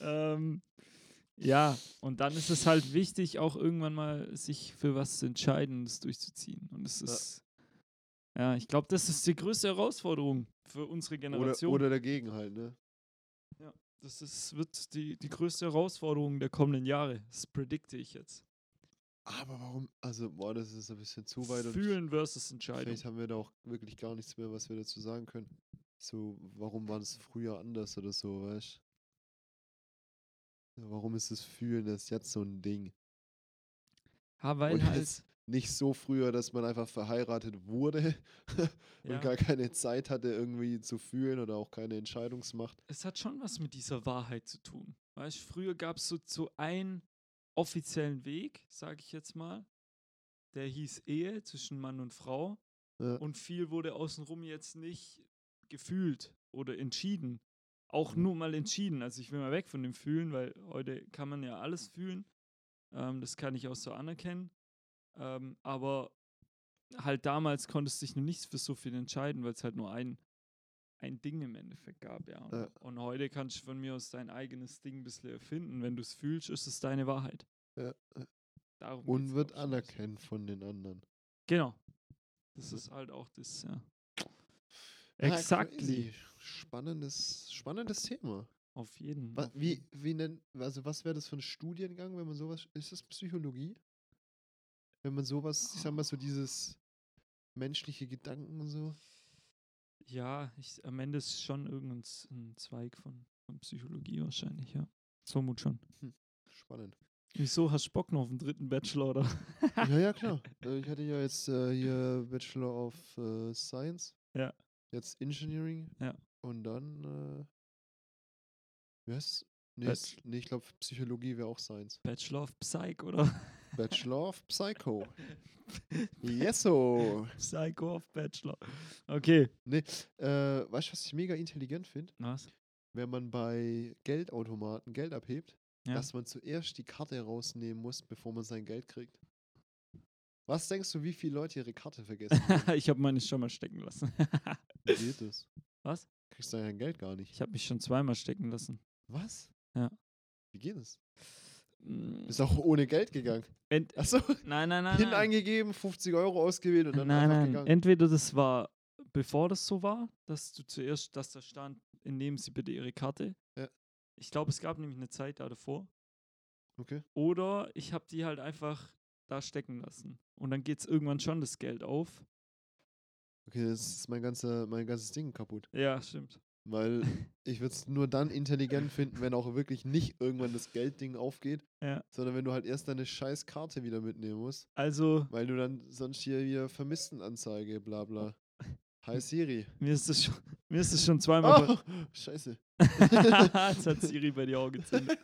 [SPEAKER 2] Ähm, ja, und dann ist es halt wichtig, auch irgendwann mal sich für was zu entscheiden und es durchzuziehen. Und es
[SPEAKER 1] Ja.
[SPEAKER 2] ist, ja, ich glaube, das ist die größte Herausforderung für unsere
[SPEAKER 1] Oder,
[SPEAKER 2] Generation.
[SPEAKER 1] oder dagegen halt, ne?
[SPEAKER 2] das ist, wird die, die größte Herausforderung der kommenden Jahre. Das predikte ich jetzt.
[SPEAKER 1] Aber warum? Also, boah, das ist ein bisschen zu weit. und
[SPEAKER 2] Fühlen versus Entscheidung.
[SPEAKER 1] Vielleicht haben wir da auch wirklich gar nichts mehr, was wir dazu sagen können. So, warum war das früher anders oder so, weißt du? Warum ist das Fühlen das jetzt so ein Ding?
[SPEAKER 2] Ja, weil
[SPEAKER 1] Und
[SPEAKER 2] halt.
[SPEAKER 1] jetzt Nicht so früher, dass man einfach verheiratet wurde und
[SPEAKER 2] Ja.
[SPEAKER 1] gar keine Zeit hatte, irgendwie zu fühlen oder auch keine Entscheidungsmacht.
[SPEAKER 2] es hat schon was mit dieser Wahrheit zu tun. Weißt du, früher gab es so, so einen offiziellen Weg, sage ich jetzt mal, der hieß Ehe zwischen Mann und Frau.
[SPEAKER 1] Ja.
[SPEAKER 2] Und viel wurde außenrum jetzt nicht gefühlt oder entschieden. Auch
[SPEAKER 1] Mhm.
[SPEAKER 2] nur mal entschieden. Also ich will mal weg von dem Fühlen, weil heute kann man ja alles fühlen. Ähm, das kann ich auch so anerkennen. Ähm, aber halt damals konntest du dich noch nicht für so viel entscheiden, weil es halt nur ein, ein Ding im Endeffekt gab, ja. Und,
[SPEAKER 1] Ja.
[SPEAKER 2] und heute kannst du von mir aus dein eigenes Ding ein bisschen erfinden. Wenn du es fühlst, ist es deine Wahrheit.
[SPEAKER 1] Ja, ja.
[SPEAKER 2] Darum
[SPEAKER 1] äh, Und
[SPEAKER 2] geht's,
[SPEAKER 1] wird
[SPEAKER 2] glaub ich, am Schluss.
[SPEAKER 1] anerkannt von den anderen.
[SPEAKER 2] Genau. Das ist halt auch das, ja.
[SPEAKER 1] Ah,
[SPEAKER 2] Exactly.
[SPEAKER 1] crazy. Spannendes, spannendes Thema.
[SPEAKER 2] Auf jeden
[SPEAKER 1] Wa-
[SPEAKER 2] auf
[SPEAKER 1] wie, wie nennt, also was wäre das für ein Studiengang, wenn man sowas, ist das Psychologie? Wenn man sowas, ich sag mal so dieses menschliche Gedanken und so.
[SPEAKER 2] jeden- Ja, ich, am Ende ist schon irgendein S- ein Zweig von, von Psychologie wahrscheinlich, ja. Vermut schon.
[SPEAKER 1] Spannend.
[SPEAKER 2] Wieso hast du Bock noch auf den dritten Bachelor oder?
[SPEAKER 1] ja, ja, klar. Äh, Ich hatte ja jetzt äh, hier Bachelor of äh, Science.
[SPEAKER 2] Ja.
[SPEAKER 1] Jetzt Engineering.
[SPEAKER 2] Ja.
[SPEAKER 1] Und dann, äh, wie heißt Nee, es- nee, ich glaube Psychologie wäre auch Science.
[SPEAKER 2] Bachelor of Psych oder?
[SPEAKER 1] Bachelor of Psycho. Yeso.
[SPEAKER 2] Psycho of Bachelor. Okay.
[SPEAKER 1] Äh, weißt du, was ich mega intelligent finde?
[SPEAKER 2] Was?
[SPEAKER 1] wenn man bei Geldautomaten Geld abhebt,
[SPEAKER 2] Ja.
[SPEAKER 1] dass man zuerst die Karte rausnehmen muss, bevor man sein Geld kriegt. Was denkst du, wie viele Leute ihre Karte vergessen?
[SPEAKER 2] ich habe meine schon mal stecken lassen.
[SPEAKER 1] Wie geht das?
[SPEAKER 2] Was?
[SPEAKER 1] Kriegst du dein Geld gar nicht.
[SPEAKER 2] Ich habe mich schon zweimal stecken lassen.
[SPEAKER 1] Was?
[SPEAKER 2] Ja.
[SPEAKER 1] Wie geht das?
[SPEAKER 2] Mm,
[SPEAKER 1] Bist auch ohne Geld gegangen.
[SPEAKER 2] Ent
[SPEAKER 1] Achso,
[SPEAKER 2] nein, nein, nein.
[SPEAKER 1] PIN
[SPEAKER 2] nein.
[SPEAKER 1] eingegeben, 50 Euro ausgewählt und dann
[SPEAKER 2] nein,
[SPEAKER 1] einfach
[SPEAKER 2] nein.
[SPEAKER 1] gegangen.
[SPEAKER 2] Entweder das war, bevor das so war, dass du zuerst, dass da stand, nehmen Sie bitte Ihre Karte.
[SPEAKER 1] Ja.
[SPEAKER 2] Ich glaube, es gab nämlich eine Zeit da davor.
[SPEAKER 1] Okay.
[SPEAKER 2] Oder ich habe die halt einfach da stecken lassen. Und dann geht es irgendwann schon das Geld auf.
[SPEAKER 1] Okay, jetzt ist mein, ganzer, mein ganzes Ding kaputt.
[SPEAKER 2] Ja, stimmt.
[SPEAKER 1] Weil ich würde es nur dann intelligent finden, wenn auch wirklich nicht irgendwann das Geldding aufgeht,
[SPEAKER 2] Ja.
[SPEAKER 1] sondern wenn du halt erst deine scheiß Karte wieder mitnehmen musst,
[SPEAKER 2] Also,
[SPEAKER 1] weil du dann sonst hier wieder Vermisstenanzeige, bla bla.
[SPEAKER 2] Oh.
[SPEAKER 1] Hi Siri.
[SPEAKER 2] mir ist das schon, mir ist das schon zweimal.
[SPEAKER 1] Oh, scheiße.
[SPEAKER 2] pa- Jetzt hat Siri bei dir Augen gezündet.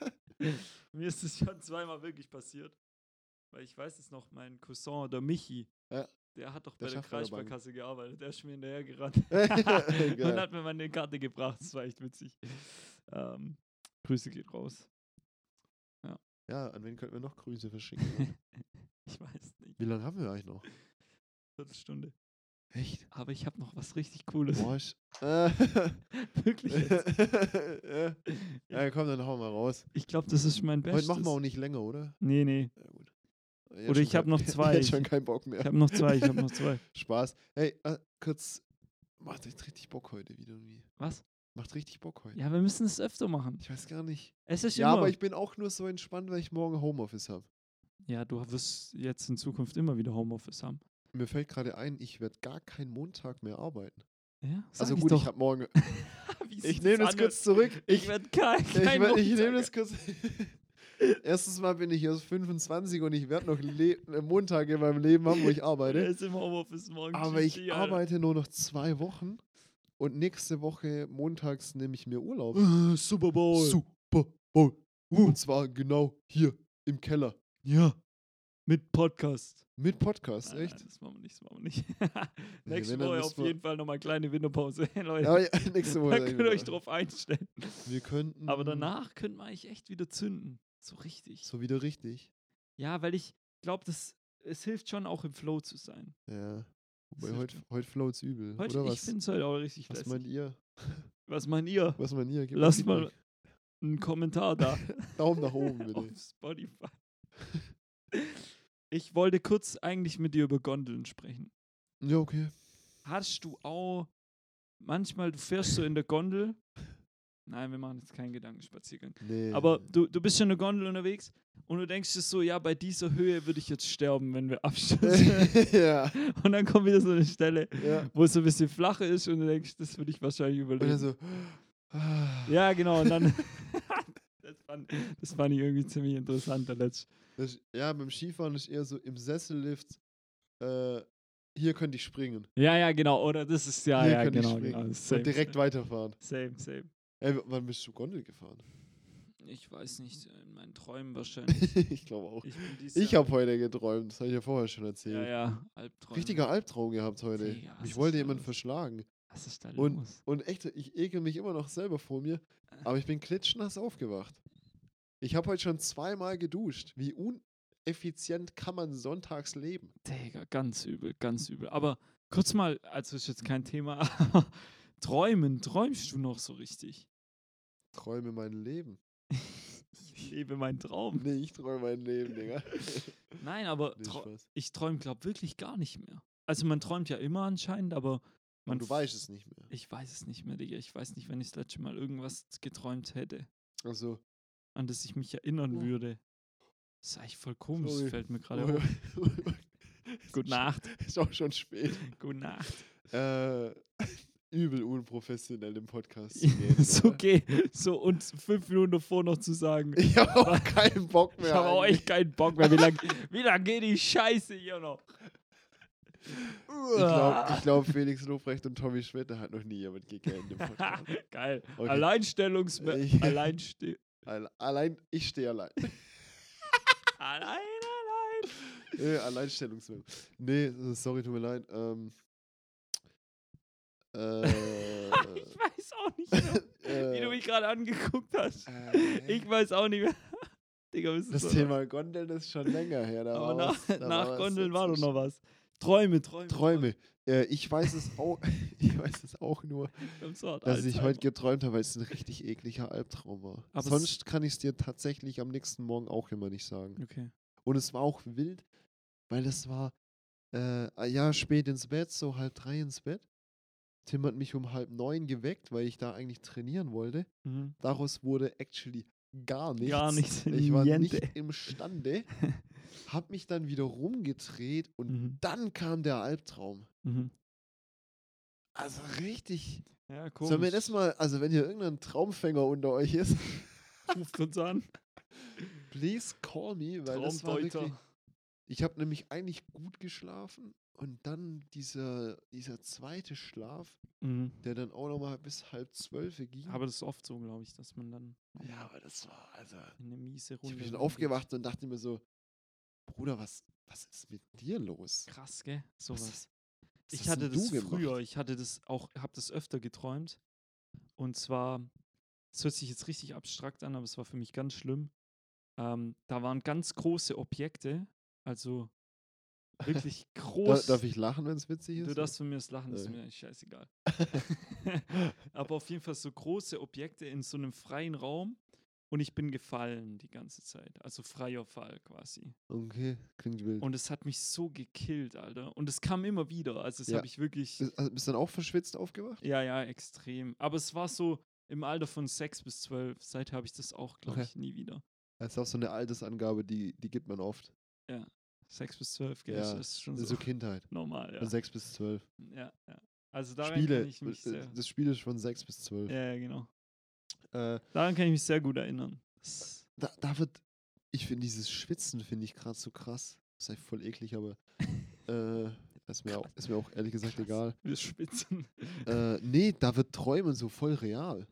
[SPEAKER 2] mir ist das schon zweimal wirklich passiert. Weil ich weiß es noch, mein Cousin, der Michi,
[SPEAKER 1] Ja.
[SPEAKER 2] der hat doch
[SPEAKER 1] Der
[SPEAKER 2] bei der
[SPEAKER 1] schafft bei der Bank.
[SPEAKER 2] Kreissparkasse gearbeitet. Der ist mir hinterher gerannt. und
[SPEAKER 1] Geil.
[SPEAKER 2] hat mir meine Karte gebracht. Das war echt witzig. Ähm, Grüße geht raus.
[SPEAKER 1] Ja, an wen könnten wir noch Grüße verschicken?
[SPEAKER 2] Ich weiß nicht.
[SPEAKER 1] Wie lange haben wir eigentlich noch?
[SPEAKER 2] Viertelstunde.
[SPEAKER 1] Echt?
[SPEAKER 2] Aber ich habe noch was richtig Cooles.
[SPEAKER 1] Boah, ich, äh,
[SPEAKER 2] Wirklich. Jetzt.
[SPEAKER 1] äh, ja, komm, dann hau mal raus.
[SPEAKER 2] Ich glaube, das ist mein Bestes.
[SPEAKER 1] Heute machen wir auch nicht länger, oder?
[SPEAKER 2] Nee, nee.
[SPEAKER 1] Ja, gut. Jetzt
[SPEAKER 2] Oder
[SPEAKER 1] schon
[SPEAKER 2] ich hab
[SPEAKER 1] kein-
[SPEAKER 2] noch zwei.
[SPEAKER 1] Jetzt schon keinen Bock mehr.
[SPEAKER 2] Ich habe noch zwei. Ich habe noch zwei.
[SPEAKER 1] Spaß. Hey, äh, kurz. Macht echt richtig Bock heute wieder irgendwie.
[SPEAKER 2] Was?
[SPEAKER 1] Macht richtig Bock heute.
[SPEAKER 2] Ja, wir müssen es öfter machen.
[SPEAKER 1] Ich weiß gar nicht.
[SPEAKER 2] Es ist
[SPEAKER 1] Ja,
[SPEAKER 2] immer.
[SPEAKER 1] aber ich bin auch nur so entspannt, weil ich morgen Homeoffice habe.
[SPEAKER 2] ja, du wirst jetzt in Zukunft immer wieder Homeoffice haben.
[SPEAKER 1] Mir fällt gerade ein, ich werde gar keinen Montag mehr arbeiten.
[SPEAKER 2] Ja, sag
[SPEAKER 1] also
[SPEAKER 2] ich
[SPEAKER 1] gut, ich,
[SPEAKER 2] doch.
[SPEAKER 1] habe morgen.
[SPEAKER 2] Wie
[SPEAKER 1] Ich
[SPEAKER 2] sieht's
[SPEAKER 1] nehme das
[SPEAKER 2] an?
[SPEAKER 1] kurz zurück.
[SPEAKER 2] Ich werde kein,
[SPEAKER 1] Ich,
[SPEAKER 2] kein
[SPEAKER 1] werd- ich nehme
[SPEAKER 2] Montag-
[SPEAKER 1] das kurz. Erstens mal bin ich erst 25 und ich werde noch Le äh, Montage in meinem Leben haben, wo ich
[SPEAKER 2] Der
[SPEAKER 1] arbeite.
[SPEAKER 2] ist im Homeoffice morgen.
[SPEAKER 1] Aber ich
[SPEAKER 2] GG, Alter.
[SPEAKER 1] arbeite nur noch zwei Wochen und nächste Woche montags nehme ich mir Urlaub.
[SPEAKER 2] Äh, Super Bowl.
[SPEAKER 1] Super Bowl. Und zwar genau hier im Keller.
[SPEAKER 2] ja. Mit Podcast.
[SPEAKER 1] Mit Podcast,
[SPEAKER 2] Nein,
[SPEAKER 1] echt?
[SPEAKER 2] Nein, das machen wir nicht, das machen wir nicht.
[SPEAKER 1] wenn,
[SPEAKER 2] Nächste
[SPEAKER 1] dann
[SPEAKER 2] Woche
[SPEAKER 1] müssen
[SPEAKER 2] auf
[SPEAKER 1] wir-
[SPEAKER 2] jeden Fall nochmal kleine Winterpause, Leute.
[SPEAKER 1] Aber ja, nächste Woche.
[SPEAKER 2] da
[SPEAKER 1] sag ich
[SPEAKER 2] könnt ihr euch
[SPEAKER 1] wieder.
[SPEAKER 2] drauf einstellen.
[SPEAKER 1] Wir könnten.
[SPEAKER 2] Aber danach könnten wir eigentlich echt wieder zünden. So richtig.
[SPEAKER 1] So wieder richtig.
[SPEAKER 2] Ja, weil ich glaube, das es hilft schon auch im Flow zu sein.
[SPEAKER 1] Ja. Wobei
[SPEAKER 2] hilft
[SPEAKER 1] heute heut float's übel.
[SPEAKER 2] Heute,
[SPEAKER 1] oder
[SPEAKER 2] ich
[SPEAKER 1] was?
[SPEAKER 2] finde es heute auch richtig
[SPEAKER 1] Was
[SPEAKER 2] lässig.
[SPEAKER 1] meint ihr?
[SPEAKER 2] Was meint ihr?
[SPEAKER 1] Was meint ihr? Gebt
[SPEAKER 2] Lasst
[SPEAKER 1] uns
[SPEAKER 2] mal
[SPEAKER 1] Feedback.
[SPEAKER 2] einen Kommentar da
[SPEAKER 1] Daumen nach oben, bitte.
[SPEAKER 2] auf Spotify. Ich wollte kurz eigentlich mit dir über Gondeln sprechen.
[SPEAKER 1] Ja, okay.
[SPEAKER 2] Hast du auch manchmal, du fährst so in der Gondel. Nein, wir machen jetzt keinen Gedankenspaziergang.
[SPEAKER 1] Nee.
[SPEAKER 2] Aber du, du bist ja in der Gondel unterwegs und du denkst dir so, ja, bei dieser Höhe würde ich jetzt sterben, wenn wir abstürzen.
[SPEAKER 1] ja.
[SPEAKER 2] und dann kommt wieder so eine Stelle,
[SPEAKER 1] ja.
[SPEAKER 2] wo es so ein bisschen flacher ist und du denkst, das würde ich wahrscheinlich
[SPEAKER 1] Und dann
[SPEAKER 2] überleben.
[SPEAKER 1] so. ah.
[SPEAKER 2] Ja, genau. Und dann. das, fand, das fand ich irgendwie ziemlich interessant, der letzte.
[SPEAKER 1] Das ist- Ja, beim Skifahren ist eher so im Sessellift. Äh, hier könnte ich springen.
[SPEAKER 2] Ja, ja, genau. Oder das ist ja,
[SPEAKER 1] Hier
[SPEAKER 2] ja,
[SPEAKER 1] kann ich
[SPEAKER 2] genau.
[SPEAKER 1] springen.
[SPEAKER 2] genau
[SPEAKER 1] Und direkt weiterfahren.
[SPEAKER 2] Same, same.
[SPEAKER 1] Ey, w- wann bist du Gondel gefahren?
[SPEAKER 2] Ich weiß nicht, äh, in meinen Träumen wahrscheinlich.
[SPEAKER 1] ich glaube auch.
[SPEAKER 2] Ich, bin dies
[SPEAKER 1] Ich
[SPEAKER 2] Jahr-
[SPEAKER 1] habe heute geträumt, das habe ich ja vorher schon erzählt.
[SPEAKER 2] Ja, ja, Albträume.
[SPEAKER 1] Richtiger Albtraum gehabt heute.
[SPEAKER 2] Digga, was
[SPEAKER 1] Mich
[SPEAKER 2] ist
[SPEAKER 1] wollte
[SPEAKER 2] da
[SPEAKER 1] jemand
[SPEAKER 2] los?
[SPEAKER 1] verschlagen.
[SPEAKER 2] Was ist da
[SPEAKER 1] Und-
[SPEAKER 2] los?
[SPEAKER 1] Und echt, ich ekel mich immer noch selber vor mir, aber ich bin klitschnass aufgewacht. Ich habe heute schon zweimal geduscht. Wie uneffizient kann man sonntags leben?
[SPEAKER 2] Digga, ganz übel, ganz übel. Aber kurz mal, also ist jetzt kein Thema, aber träumen, träumst du noch so richtig?
[SPEAKER 1] Träume mein Leben.
[SPEAKER 2] Ich lebe meinen Traum.
[SPEAKER 1] Nee, ich träume mein Leben, Digga.
[SPEAKER 2] Nein, aber
[SPEAKER 1] Nee,
[SPEAKER 2] trau-
[SPEAKER 1] Spaß.
[SPEAKER 2] ich träume, glaube wirklich gar nicht mehr. Also man träumt ja immer anscheinend, aber man
[SPEAKER 1] Und du weißt es nicht mehr.
[SPEAKER 2] Ich weiß es nicht mehr, Digga. Ich weiß nicht, wenn ich das letzte Mal irgendwas geträumt hätte,
[SPEAKER 1] Also,
[SPEAKER 2] an das ich mich erinnern
[SPEAKER 1] Oh.
[SPEAKER 2] würde. Das ist eigentlich voll komisch,
[SPEAKER 1] Sorry.
[SPEAKER 2] fällt mir gerade auf.
[SPEAKER 1] Ist
[SPEAKER 2] Gute
[SPEAKER 1] auch schon-
[SPEAKER 2] Nacht.
[SPEAKER 1] Ist auch schon spät.
[SPEAKER 2] Gute Nacht.
[SPEAKER 1] Äh, übel unprofessionell im Podcast zu gehen.
[SPEAKER 2] ist
[SPEAKER 1] oder?
[SPEAKER 2] okay. So, und fünf Minuten davor noch zu sagen,
[SPEAKER 1] Ich habe auch keinen Bock mehr.
[SPEAKER 2] ich habe auch
[SPEAKER 1] eigentlich.
[SPEAKER 2] echt keinen Bock mehr. Wie lange wie lang geht die Scheiße hier noch?
[SPEAKER 1] Ich glaube, ich glaub, Felix Lobrecht und Tommy Schmidt hat noch nie jemand gegessen im Podcast.
[SPEAKER 2] Geil.
[SPEAKER 1] Okay.
[SPEAKER 2] Alleinstellungsmer
[SPEAKER 1] Ich-
[SPEAKER 2] Alleinste
[SPEAKER 1] Alle- allein, ich stehe allein.
[SPEAKER 2] Allein, allein.
[SPEAKER 1] äh, Alleinstellungsmerkmal. Nee, äh, sorry, tut mir leid. Ähm, äh,
[SPEAKER 2] Ich weiß auch nicht mehr, wie du
[SPEAKER 1] äh,
[SPEAKER 2] mich gerade angeguckt hast.
[SPEAKER 1] äh,
[SPEAKER 2] Ich weiß auch nicht mehr. Digga, was ist
[SPEAKER 1] das
[SPEAKER 2] so
[SPEAKER 1] Thema Gondeln ist schon länger her. Da
[SPEAKER 2] Aber
[SPEAKER 1] war
[SPEAKER 2] nach,
[SPEAKER 1] was, da
[SPEAKER 2] nach
[SPEAKER 1] was
[SPEAKER 2] Gondeln war doch
[SPEAKER 1] dazwischen.
[SPEAKER 2] noch was. Träume, Träume.
[SPEAKER 1] Träume. Äh, ich, weiß es auch, ich weiß es auch nur,
[SPEAKER 2] Träume. So hat
[SPEAKER 1] dass ich
[SPEAKER 2] Alzheimer.
[SPEAKER 1] heute geträumt habe, weil es ein richtig ekliger Albtraum war.
[SPEAKER 2] Aber es-
[SPEAKER 1] Sonst kann ich es dir tatsächlich am nächsten Morgen auch immer nicht sagen.
[SPEAKER 2] Okay.
[SPEAKER 1] Und es war auch wild, weil es war, äh, ah ja, spät ins Bett, so halb drei ins Bett. Tim hat mich um halb neun geweckt, weil ich da eigentlich trainieren wollte.
[SPEAKER 2] Mhm.
[SPEAKER 1] Daraus wurde actually gar nichts.
[SPEAKER 2] Gar nichts.
[SPEAKER 1] Ich war
[SPEAKER 2] Niente.
[SPEAKER 1] nicht imstande, hab mich dann wieder rumgedreht und
[SPEAKER 2] Mhm.
[SPEAKER 1] dann kam der Albtraum.
[SPEAKER 2] Mhm.
[SPEAKER 1] Also richtig Sollen
[SPEAKER 2] Ja,
[SPEAKER 1] wir
[SPEAKER 2] komisch.
[SPEAKER 1] das mal, also wenn hier irgendein Traumfänger unter euch ist,
[SPEAKER 2] Ruft uns an.
[SPEAKER 1] please call me, weil das war wirklich,
[SPEAKER 2] Traumdeuter.
[SPEAKER 1] ich habe nämlich eigentlich gut geschlafen und dann dieser, dieser zweite Schlaf,
[SPEAKER 2] Mhm.
[SPEAKER 1] der dann auch nochmal bis halb zwölf ging.
[SPEAKER 2] Aber das ist oft so, glaube ich, dass man dann
[SPEAKER 1] ja, aber das war, also,
[SPEAKER 2] in eine miese
[SPEAKER 1] ich
[SPEAKER 2] Runde.
[SPEAKER 1] bin schon
[SPEAKER 2] reingeht.
[SPEAKER 1] aufgewacht und dachte mir so, Bruder, was, was ist mit dir los?
[SPEAKER 2] Krass, gell? Sowas.
[SPEAKER 1] Was, was
[SPEAKER 2] Ich
[SPEAKER 1] hast
[SPEAKER 2] hatte
[SPEAKER 1] denn
[SPEAKER 2] das
[SPEAKER 1] du gemacht?
[SPEAKER 2] früher, ich hatte das auch, habe das öfter geträumt. Und zwar, es hört sich jetzt richtig abstrakt an, aber es war für mich ganz schlimm. Ähm, da waren ganz große Objekte, also wirklich
[SPEAKER 1] Da,
[SPEAKER 2] groß.
[SPEAKER 1] darf ich lachen, wenn es witzig ist?
[SPEAKER 2] du darfst von mir das lachen, das ist
[SPEAKER 1] Äh.
[SPEAKER 2] mir eigentlich scheißegal. aber auf jeden Fall so große Objekte in so einem freien Raum und ich bin gefallen die ganze Zeit. Also freier Fall quasi.
[SPEAKER 1] Okay, klingt wild.
[SPEAKER 2] Und es hat mich so gekillt, Alter. Und es kam immer wieder. Also, das
[SPEAKER 1] Ja.
[SPEAKER 2] habe ich wirklich.
[SPEAKER 1] bist, also bist du dann auch verschwitzt aufgewacht?
[SPEAKER 2] Ja, ja, extrem. Aber es war so im Alter von 6 bis 12. Seither habe ich das auch, glaube
[SPEAKER 1] Okay.
[SPEAKER 2] ich, nie wieder.
[SPEAKER 1] Das ist auch so eine Altersangabe, die, die gibt man oft.
[SPEAKER 2] 6 bis 12, gell?
[SPEAKER 1] Ja,
[SPEAKER 2] das ist schon
[SPEAKER 1] Das
[SPEAKER 2] so,
[SPEAKER 1] ist so Kindheit.
[SPEAKER 2] normal, ja.
[SPEAKER 1] Von 6 bis 12.
[SPEAKER 2] ja, ja. Also daran
[SPEAKER 1] Spiele.
[SPEAKER 2] kann ich mich
[SPEAKER 1] äh,
[SPEAKER 2] sehr.
[SPEAKER 1] Das Spiel ist von 6 bis 12.
[SPEAKER 2] Ja, ja, genau.
[SPEAKER 1] Äh,
[SPEAKER 2] Daran kann ich mich sehr gut erinnern. Das,
[SPEAKER 1] da, da wird, ich finde dieses Schwitzen, finde ich gerade so krass. Ist eigentlich voll eklig, aber äh, ist, mir auch, ist mir auch ehrlich gesagt
[SPEAKER 2] Krass.
[SPEAKER 1] egal.
[SPEAKER 2] wir spitzen.
[SPEAKER 1] Äh, nee, da wird Träumen so voll real.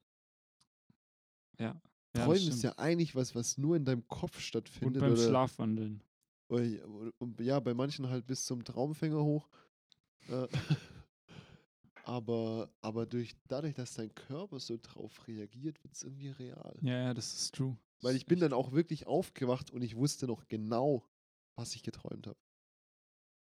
[SPEAKER 2] Ja, das
[SPEAKER 1] Träumen ist
[SPEAKER 2] stimmt.
[SPEAKER 1] ja eigentlich was, was nur in deinem Kopf
[SPEAKER 2] Und
[SPEAKER 1] stattfindet.
[SPEAKER 2] beim
[SPEAKER 1] oder,
[SPEAKER 2] Schlafwandeln.
[SPEAKER 1] Oder, ja, oder- und ja, bei manchen halt bis zum Traumfänger hoch. Äh, aber aber durch, dadurch, dass dein Körper so drauf reagiert, wird es irgendwie real.
[SPEAKER 2] Ja, ja, das ist true.
[SPEAKER 1] Weil ich bin dann auch wirklich aufgewacht und ich wusste noch genau, was ich geträumt habe.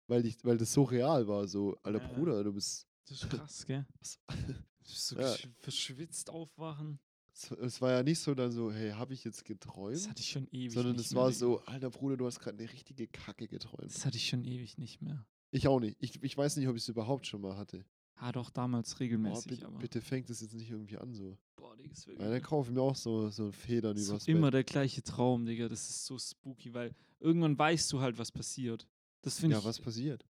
[SPEAKER 1] Weil, ich- weil das so real war, so, alter
[SPEAKER 2] Ja.
[SPEAKER 1] Bruder, du bist.
[SPEAKER 2] Das ist krass, gell?
[SPEAKER 1] was-
[SPEAKER 2] So
[SPEAKER 1] Ja.
[SPEAKER 2] gesch- verschwitzt aufwachen.
[SPEAKER 1] Es es war ja nicht so dann so, hey, habe ich jetzt geträumt?
[SPEAKER 2] Das hatte ich schon ewig
[SPEAKER 1] Sondern
[SPEAKER 2] nicht
[SPEAKER 1] es
[SPEAKER 2] mehr,
[SPEAKER 1] war
[SPEAKER 2] Digga.
[SPEAKER 1] so, alter Bruder, du hast gerade eine richtige Kacke geträumt.
[SPEAKER 2] Das hatte ich schon ewig nicht mehr.
[SPEAKER 1] Ich auch nicht. Ich, ich weiß nicht, ob ich es überhaupt schon mal hatte.
[SPEAKER 2] Ah, doch, damals
[SPEAKER 1] Boah,
[SPEAKER 2] regelmäßig,
[SPEAKER 1] bitte,
[SPEAKER 2] aber.
[SPEAKER 1] bitte fängt es jetzt nicht irgendwie an so.
[SPEAKER 2] Boah, Digga, ist wirklich.
[SPEAKER 1] Ja, dann kaufe ich mir auch so, so Federn
[SPEAKER 2] so
[SPEAKER 1] übers
[SPEAKER 2] immer
[SPEAKER 1] Bett.
[SPEAKER 2] der gleiche Traum, Digga. Das ist so spooky, weil irgendwann weißt du halt, was passiert. Das finde
[SPEAKER 1] Ja,
[SPEAKER 2] ich.
[SPEAKER 1] was passiert?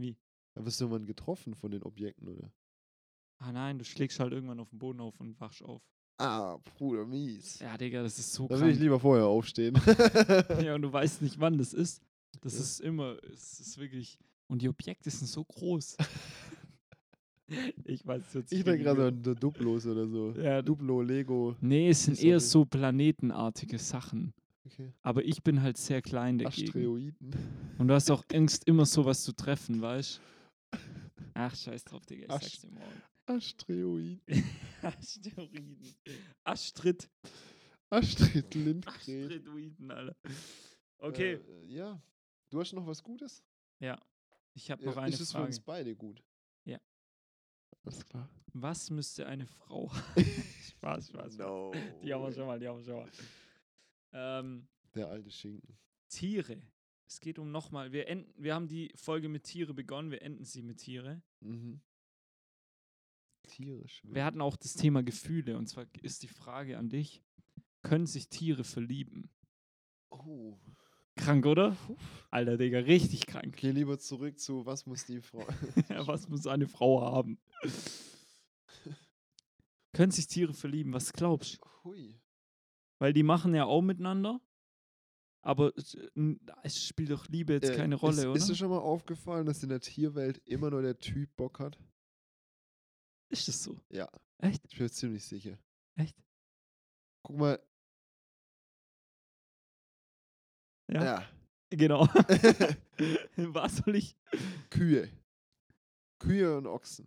[SPEAKER 2] Wie?
[SPEAKER 1] Da wirst du irgendwann getroffen von den Objekten, oder?
[SPEAKER 2] Ah nein, du schlägst halt irgendwann auf den Boden auf und wachst auf.
[SPEAKER 1] Ah, Bruder, mies.
[SPEAKER 2] Ja, Digga, das ist so
[SPEAKER 1] Da will ich
[SPEAKER 2] krank.
[SPEAKER 1] lieber vorher aufstehen.
[SPEAKER 2] Ja, und du weißt nicht, wann das ist. Das
[SPEAKER 1] Ja.
[SPEAKER 2] ist immer, es ist wirklich. Und die Objekte sind so groß. ich weiß jetzt
[SPEAKER 1] ich bin
[SPEAKER 2] weniger.
[SPEAKER 1] gerade an der Duplos oder so.
[SPEAKER 2] Ja, du.
[SPEAKER 1] Duplo, Lego.
[SPEAKER 2] Nee, es sind
[SPEAKER 1] Sorry.
[SPEAKER 2] eher so planetenartige Sachen.
[SPEAKER 1] Okay.
[SPEAKER 2] Aber ich bin halt sehr klein dagegen.
[SPEAKER 1] Asteroiden.
[SPEAKER 2] Und du hast auch Angst, immer sowas zu treffen, weißt Ach, scheiß drauf, Digga, ich
[SPEAKER 1] Ast-
[SPEAKER 2] sag's dir morgen.
[SPEAKER 1] Asteroiden.
[SPEAKER 2] Asteroiden. Astrid.
[SPEAKER 1] Astrid Lindgren.
[SPEAKER 2] Astridoiden, Alter. Okay.
[SPEAKER 1] Äh, ja. Du hast noch was Gutes?
[SPEAKER 2] ich habe
[SPEAKER 1] Ja,
[SPEAKER 2] noch eine
[SPEAKER 1] ist es für uns
[SPEAKER 2] Frage.
[SPEAKER 1] beide gut?
[SPEAKER 2] Ja.
[SPEAKER 1] Alles klar.
[SPEAKER 2] Was müsste eine Frau. Spaß, Spaß. Spaß.
[SPEAKER 1] No.
[SPEAKER 2] Die haben wir schon mal, die haben wir schon mal. Ähm,
[SPEAKER 1] Der alte Schinken.
[SPEAKER 2] Tiere. Es geht um nochmal. Wir, enden- wir haben die Folge mit Tiere begonnen, wir enden sie mit Tiere.
[SPEAKER 1] Mhm. Tierisch.
[SPEAKER 2] Wir hatten auch das Thema Gefühle. Und zwar ist die Frage an dich: Können sich Tiere verlieben?
[SPEAKER 1] Oh.
[SPEAKER 2] Krank, oder? Alter, Digga, richtig krank.
[SPEAKER 1] Okay, lieber zurück zu was muss die Frau.
[SPEAKER 2] Ja, was muss eine Frau haben? Können sich Tiere verlieben, was glaubst du?
[SPEAKER 1] Hui.
[SPEAKER 2] Weil die machen ja auch miteinander. Aber es, äh, n- es spielt doch Liebe jetzt
[SPEAKER 1] Äh,
[SPEAKER 2] keine
[SPEAKER 1] ist,
[SPEAKER 2] Rolle,
[SPEAKER 1] Ist
[SPEAKER 2] oder?
[SPEAKER 1] dir schon mal aufgefallen, dass in der Tierwelt immer nur der Typ Bock hat?
[SPEAKER 2] Ist das so?
[SPEAKER 1] Ja.
[SPEAKER 2] Echt?
[SPEAKER 1] Ich bin mir ziemlich sicher.
[SPEAKER 2] Echt?
[SPEAKER 1] Guck mal.
[SPEAKER 2] Ja.
[SPEAKER 1] ja.
[SPEAKER 2] Genau. was soll ich?
[SPEAKER 1] Kühe. Kühe und Ochsen.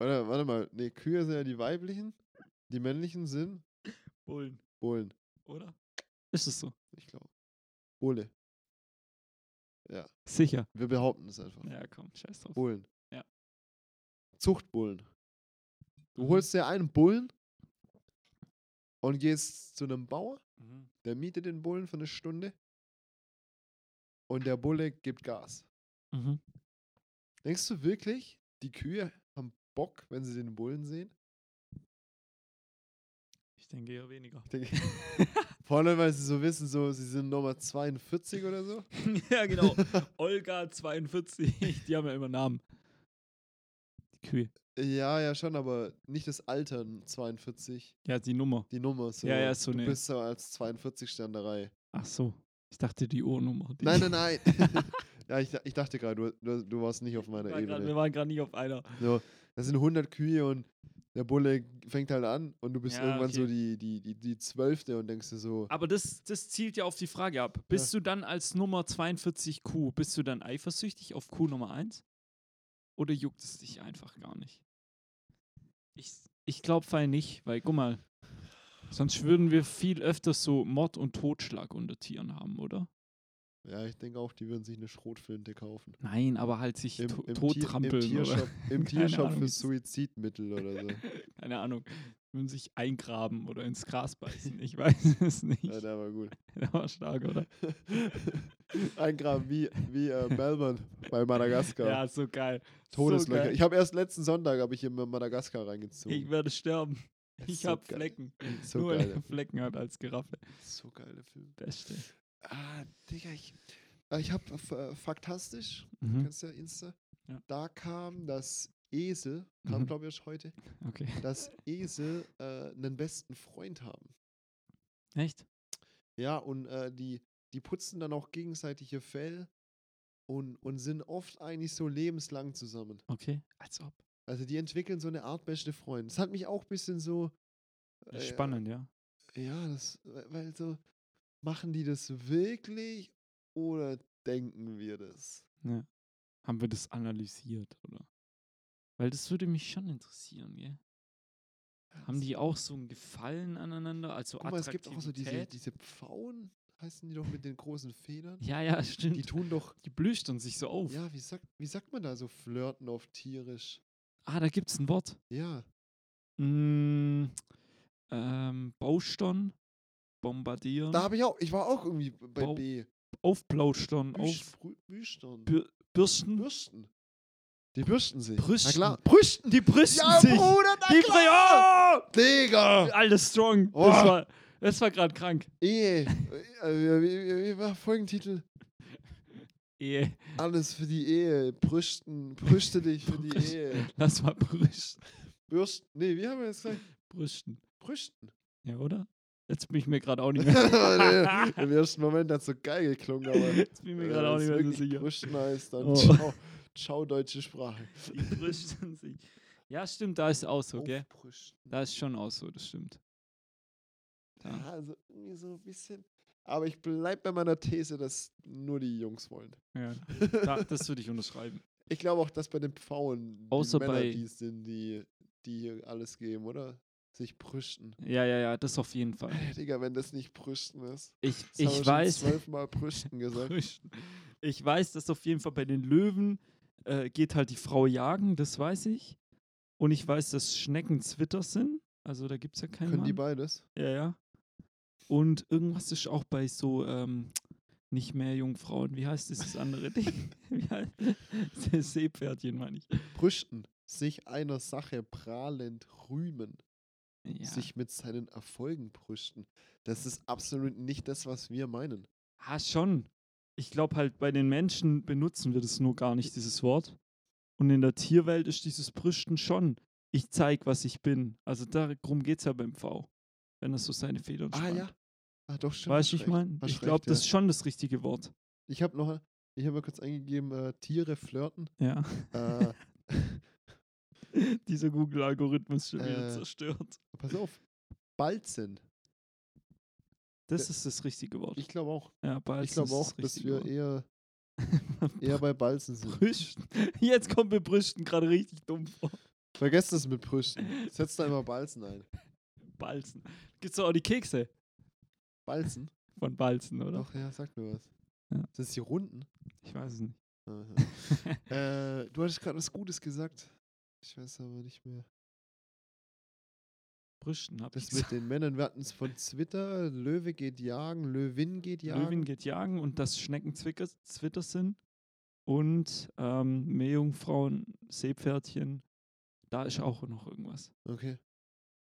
[SPEAKER 1] warte, warte mal. Nee, Kühe sind ja die weiblichen. Die männlichen sind
[SPEAKER 2] Bullen,
[SPEAKER 1] Bullen.
[SPEAKER 2] oder? Ist das so?
[SPEAKER 1] Ich glaube. Bulle. Ja.
[SPEAKER 2] Sicher.
[SPEAKER 1] Wir behaupten es einfach.
[SPEAKER 2] Ja, komm, scheiß drauf.
[SPEAKER 1] Bullen.
[SPEAKER 2] Ja.
[SPEAKER 1] Zuchtbullen. Du
[SPEAKER 2] Mhm.
[SPEAKER 1] holst dir einen Bullen und gehst zu einem Bauer,
[SPEAKER 2] Mhm.
[SPEAKER 1] der mietet den Bullen für eine Stunde und der Bulle gibt Gas.
[SPEAKER 2] Mhm.
[SPEAKER 1] Denkst du wirklich, die Kühe haben Bock, wenn sie den Bullen sehen?
[SPEAKER 2] Ich denke eher weniger.
[SPEAKER 1] Ich denke, vor allem, weil sie so wissen, so, sie sind Nummer 42 oder so.
[SPEAKER 2] ja, genau. Olga 42. Die haben ja immer Namen. Die Kühe.
[SPEAKER 1] Ja, ja, schon, aber nicht das Alter 42,
[SPEAKER 2] Ja, die Nummer.
[SPEAKER 1] die Nummer. So.
[SPEAKER 2] Ja, ja, so
[SPEAKER 1] Du
[SPEAKER 2] eine-
[SPEAKER 1] bist so als 42 Standerei.
[SPEAKER 2] Ach so. Ich dachte, die Uhrnummer. Die
[SPEAKER 1] Nein, nein, nein. ja, ich, ich dachte gerade, du, du, du warst nicht auf meiner
[SPEAKER 2] Wir waren grad- wir
[SPEAKER 1] Ebene.
[SPEAKER 2] waren gerade nicht auf einer.
[SPEAKER 1] So, das sind 100 Kühe und der Bulle fängt halt an und du bist
[SPEAKER 2] Ja,
[SPEAKER 1] irgendwann so
[SPEAKER 2] okay.
[SPEAKER 1] die, die, die, die Zwölfte und denkst dir so,
[SPEAKER 2] Aber das, das zielt ja auf die Frage ab. Bist du dann als Nummer 42 Kuh, bist du dann eifersüchtig auf Kuh Nummer 1? Oder juckt es dich einfach gar nicht? Ich, ich glaube, Fall nicht, weil guck mal, sonst würden wir viel öfters so Mord und Totschlag unter Tieren haben, oder?
[SPEAKER 1] ja, ich denke auch, die würden sich eine Schrotflinte kaufen.
[SPEAKER 2] Nein, aber halt sich
[SPEAKER 1] Im,
[SPEAKER 2] to
[SPEAKER 1] im,
[SPEAKER 2] tot
[SPEAKER 1] Tier, im
[SPEAKER 2] trampeln.
[SPEAKER 1] Tiershop,
[SPEAKER 2] oder?
[SPEAKER 1] im
[SPEAKER 2] Keine
[SPEAKER 1] Tiershop
[SPEAKER 2] Ahnung,
[SPEAKER 1] für
[SPEAKER 2] ist-
[SPEAKER 1] Suizidmittel oder so.
[SPEAKER 2] Keine Ahnung. Würden sich eingraben oder ins Gras beißen. Ich weiß es nicht.
[SPEAKER 1] Ja, der war gut.
[SPEAKER 2] Der war stark, oder?
[SPEAKER 1] Ein Gramm wie, wie äh, Melbourne bei Madagaskar.
[SPEAKER 2] Ja, so geil.
[SPEAKER 1] Todeslöcher.
[SPEAKER 2] So geil.
[SPEAKER 1] ich habe erst letzten Sonntag habe ich hier in Madagaskar
[SPEAKER 2] Ich
[SPEAKER 1] reingezogen.
[SPEAKER 2] werde sterben.
[SPEAKER 1] Ist
[SPEAKER 2] Ich
[SPEAKER 1] so
[SPEAKER 2] habe
[SPEAKER 1] geil.
[SPEAKER 2] Flecken.
[SPEAKER 1] so
[SPEAKER 2] Nur
[SPEAKER 1] geil.
[SPEAKER 2] Flecken hat als Giraffe.
[SPEAKER 1] So geil der Film.
[SPEAKER 2] Beste.
[SPEAKER 1] Ah, Digga, ich, äh, ich habe äh, faktastisch, kennst du ja Insta,
[SPEAKER 2] Mhm. Ja.
[SPEAKER 1] da kam das Esel, kam
[SPEAKER 2] Mhm.
[SPEAKER 1] glaube ich heute,
[SPEAKER 2] Okay.
[SPEAKER 1] dass Esel äh, einen besten Freund haben.
[SPEAKER 2] Echt?
[SPEAKER 1] Ja, und äh, die, die putzen dann auch gegenseitig ihr Fell und, und sind oft eigentlich so lebenslang zusammen.
[SPEAKER 2] Okay. Als ob.
[SPEAKER 1] Also die entwickeln so eine Art beste Freund. Das hat mich auch ein bisschen so. äh,
[SPEAKER 2] Spannend, ja.
[SPEAKER 1] Ja, das, we- weil so, machen die das wirklich oder denken wir das?
[SPEAKER 2] Haben wir das analysiert, oder? Weil das würde mich schon interessieren, gell?
[SPEAKER 1] Ja,
[SPEAKER 2] Haben
[SPEAKER 1] das-
[SPEAKER 2] die auch so einen Gefallen aneinander? Also
[SPEAKER 1] Guck mal, es gibt auch so diese,
[SPEAKER 2] Attraktivität?
[SPEAKER 1] diese Pfauen, heißen die doch mit den großen Federn?
[SPEAKER 2] Ja, ja,
[SPEAKER 1] Die
[SPEAKER 2] stimmt.
[SPEAKER 1] tun doch,
[SPEAKER 2] Die blüchtern sich so auf.
[SPEAKER 1] ja, wie sagt, wie sagt man da so flirten auf tierisch?
[SPEAKER 2] Ah, da gibt's ein Wort.
[SPEAKER 1] Ja,
[SPEAKER 2] Mm, ähm, Baustern, bombardieren,
[SPEAKER 1] da habe ich auch, ich war auch irgendwie bei
[SPEAKER 2] Bau-
[SPEAKER 1] B.
[SPEAKER 2] aufplaustern, auf
[SPEAKER 1] Büsch- Büstern.
[SPEAKER 2] Bü- Bürsten.
[SPEAKER 1] Bürsten. Die bürsten sich. Na
[SPEAKER 2] Brüsten.
[SPEAKER 1] klar. Brüsten.
[SPEAKER 2] Die brüsten
[SPEAKER 1] Ja,
[SPEAKER 2] sich.
[SPEAKER 1] Bruder, na
[SPEAKER 2] die
[SPEAKER 1] klar.
[SPEAKER 2] Brio!
[SPEAKER 1] Digga.
[SPEAKER 2] Alles strong.
[SPEAKER 1] Oh.
[SPEAKER 2] Das war, das war gerade krank.
[SPEAKER 1] Ehe. Äh, Wie wie- wie war Folgentitel?
[SPEAKER 2] Ehe.
[SPEAKER 1] Alles für die Ehe. Brüsten. Brüste dich für die
[SPEAKER 2] Brüsten.
[SPEAKER 1] Ehe.
[SPEAKER 2] Lass mal brüsten.
[SPEAKER 1] Bürsten. Nee, wie haben wir jetzt gesagt?
[SPEAKER 2] brüsten.
[SPEAKER 1] Brüsten.
[SPEAKER 2] Ja, oder? Jetzt bin ich mir gerade auch nicht mehr,
[SPEAKER 1] Im ersten Moment hat es so geil geklungen, aber.
[SPEAKER 2] jetzt bin ich mir
[SPEAKER 1] äh,
[SPEAKER 2] gerade auch
[SPEAKER 1] wenn's
[SPEAKER 2] nicht mehr so
[SPEAKER 1] wirklich
[SPEAKER 2] sicher.
[SPEAKER 1] Brüsten heißt dann.
[SPEAKER 2] Oh.
[SPEAKER 1] Ciao. Ciao, deutsche Sprache.
[SPEAKER 2] Die brüsten sich. Ja, stimmt, da ist auch so, gell?
[SPEAKER 1] Aufbrüsten.
[SPEAKER 2] Da ist schon auch so, das stimmt. Ja.
[SPEAKER 1] Ja, also irgendwie so ein bisschen. Aber ich bleib bei meiner These, dass nur die Jungs wollen.
[SPEAKER 2] Ja. Da, das würde ich unterschreiben.
[SPEAKER 1] Ich glaube auch, dass bei den Pfauen
[SPEAKER 2] Außer
[SPEAKER 1] die Männer
[SPEAKER 2] bei-
[SPEAKER 1] die sind, die, die hier alles geben, oder? Sich brüsten.
[SPEAKER 2] Ja, ja, ja, das auf jeden Fall.
[SPEAKER 1] Ey, Digga, wenn das nicht brüsten ist.
[SPEAKER 2] Ich,
[SPEAKER 1] Das haben wir
[SPEAKER 2] ich
[SPEAKER 1] schon
[SPEAKER 2] weiß,
[SPEAKER 1] zwölfmal brüsten gesagt.
[SPEAKER 2] Brüsten. Ich weiß, dass auf jeden Fall bei den Löwen äh, geht halt die Frau jagen, das weiß ich. Und ich weiß, dass Schnecken Zwitter sind. Also da gibt es ja keinen
[SPEAKER 1] Können die
[SPEAKER 2] Mann.
[SPEAKER 1] beides?
[SPEAKER 2] ja, ja. Und irgendwas ist auch bei so ähm, nicht mehr Jungfrauen. Wie heißt dieses andere Ding? Wie heißt das Seepferdchen, meine ich.
[SPEAKER 1] Brüsten. Sich einer Sache prahlend rühmen.
[SPEAKER 2] Ja.
[SPEAKER 1] Sich mit seinen Erfolgen brüsten. Das ist absolut nicht das, was wir meinen.
[SPEAKER 2] Ah, schon. Ich glaube halt, bei den Menschen benutzen wir das nur gar nicht, dieses Wort. Und in der Tierwelt ist dieses Brüsten schon. Ich zeig, was ich bin. Also darum geht es ja beim V. Wenn das so seine Federn
[SPEAKER 1] Ah
[SPEAKER 2] spannt.
[SPEAKER 1] ja. Ah, doch, stimmt.
[SPEAKER 2] Weißt
[SPEAKER 1] hast
[SPEAKER 2] du, ich
[SPEAKER 1] recht.
[SPEAKER 2] meine?
[SPEAKER 1] Hast
[SPEAKER 2] Ich glaube,
[SPEAKER 1] recht,
[SPEAKER 2] das ist schon das richtige Wort.
[SPEAKER 1] Ich habe noch, ich habe mal kurz eingegeben, äh, Tiere flirten.
[SPEAKER 2] Ja.
[SPEAKER 1] Äh,
[SPEAKER 2] Dieser Google-Algorithmus schon wieder
[SPEAKER 1] Äh,
[SPEAKER 2] zerstört.
[SPEAKER 1] pass auf, Balzen.
[SPEAKER 2] Das ist das richtige Wort.
[SPEAKER 1] Ich glaube auch.
[SPEAKER 2] ja, bald
[SPEAKER 1] Ich glaube auch, dass wir eher, eher bei Balzen sind.
[SPEAKER 2] Brüsten. Jetzt kommt mir Brüsten gerade richtig dumm vor.
[SPEAKER 1] Vergesst das mit Brüsten. Setzt da immer Balzen ein.
[SPEAKER 2] Balzen. Gibt's doch auch die Kekse
[SPEAKER 1] Balzen?
[SPEAKER 2] von Balzen, oder?
[SPEAKER 1] Doch, ja, sagt mir was.
[SPEAKER 2] Ja.
[SPEAKER 1] Sind das die Runden?
[SPEAKER 2] Ich weiß es nicht.
[SPEAKER 1] Aha. äh, du hattest gerade was Gutes gesagt. Ich weiß aber nicht mehr.
[SPEAKER 2] Brüsten hab ich
[SPEAKER 1] Das mit den Männern, wir hatten es von Zwitter, Löwe geht jagen, Löwin geht jagen.
[SPEAKER 2] Löwin geht jagen und dass Schnecken Zwicker, Zwitter sind und ähm, Meerjungfrauen, Seepferdchen, da ist auch noch irgendwas.
[SPEAKER 1] Okay.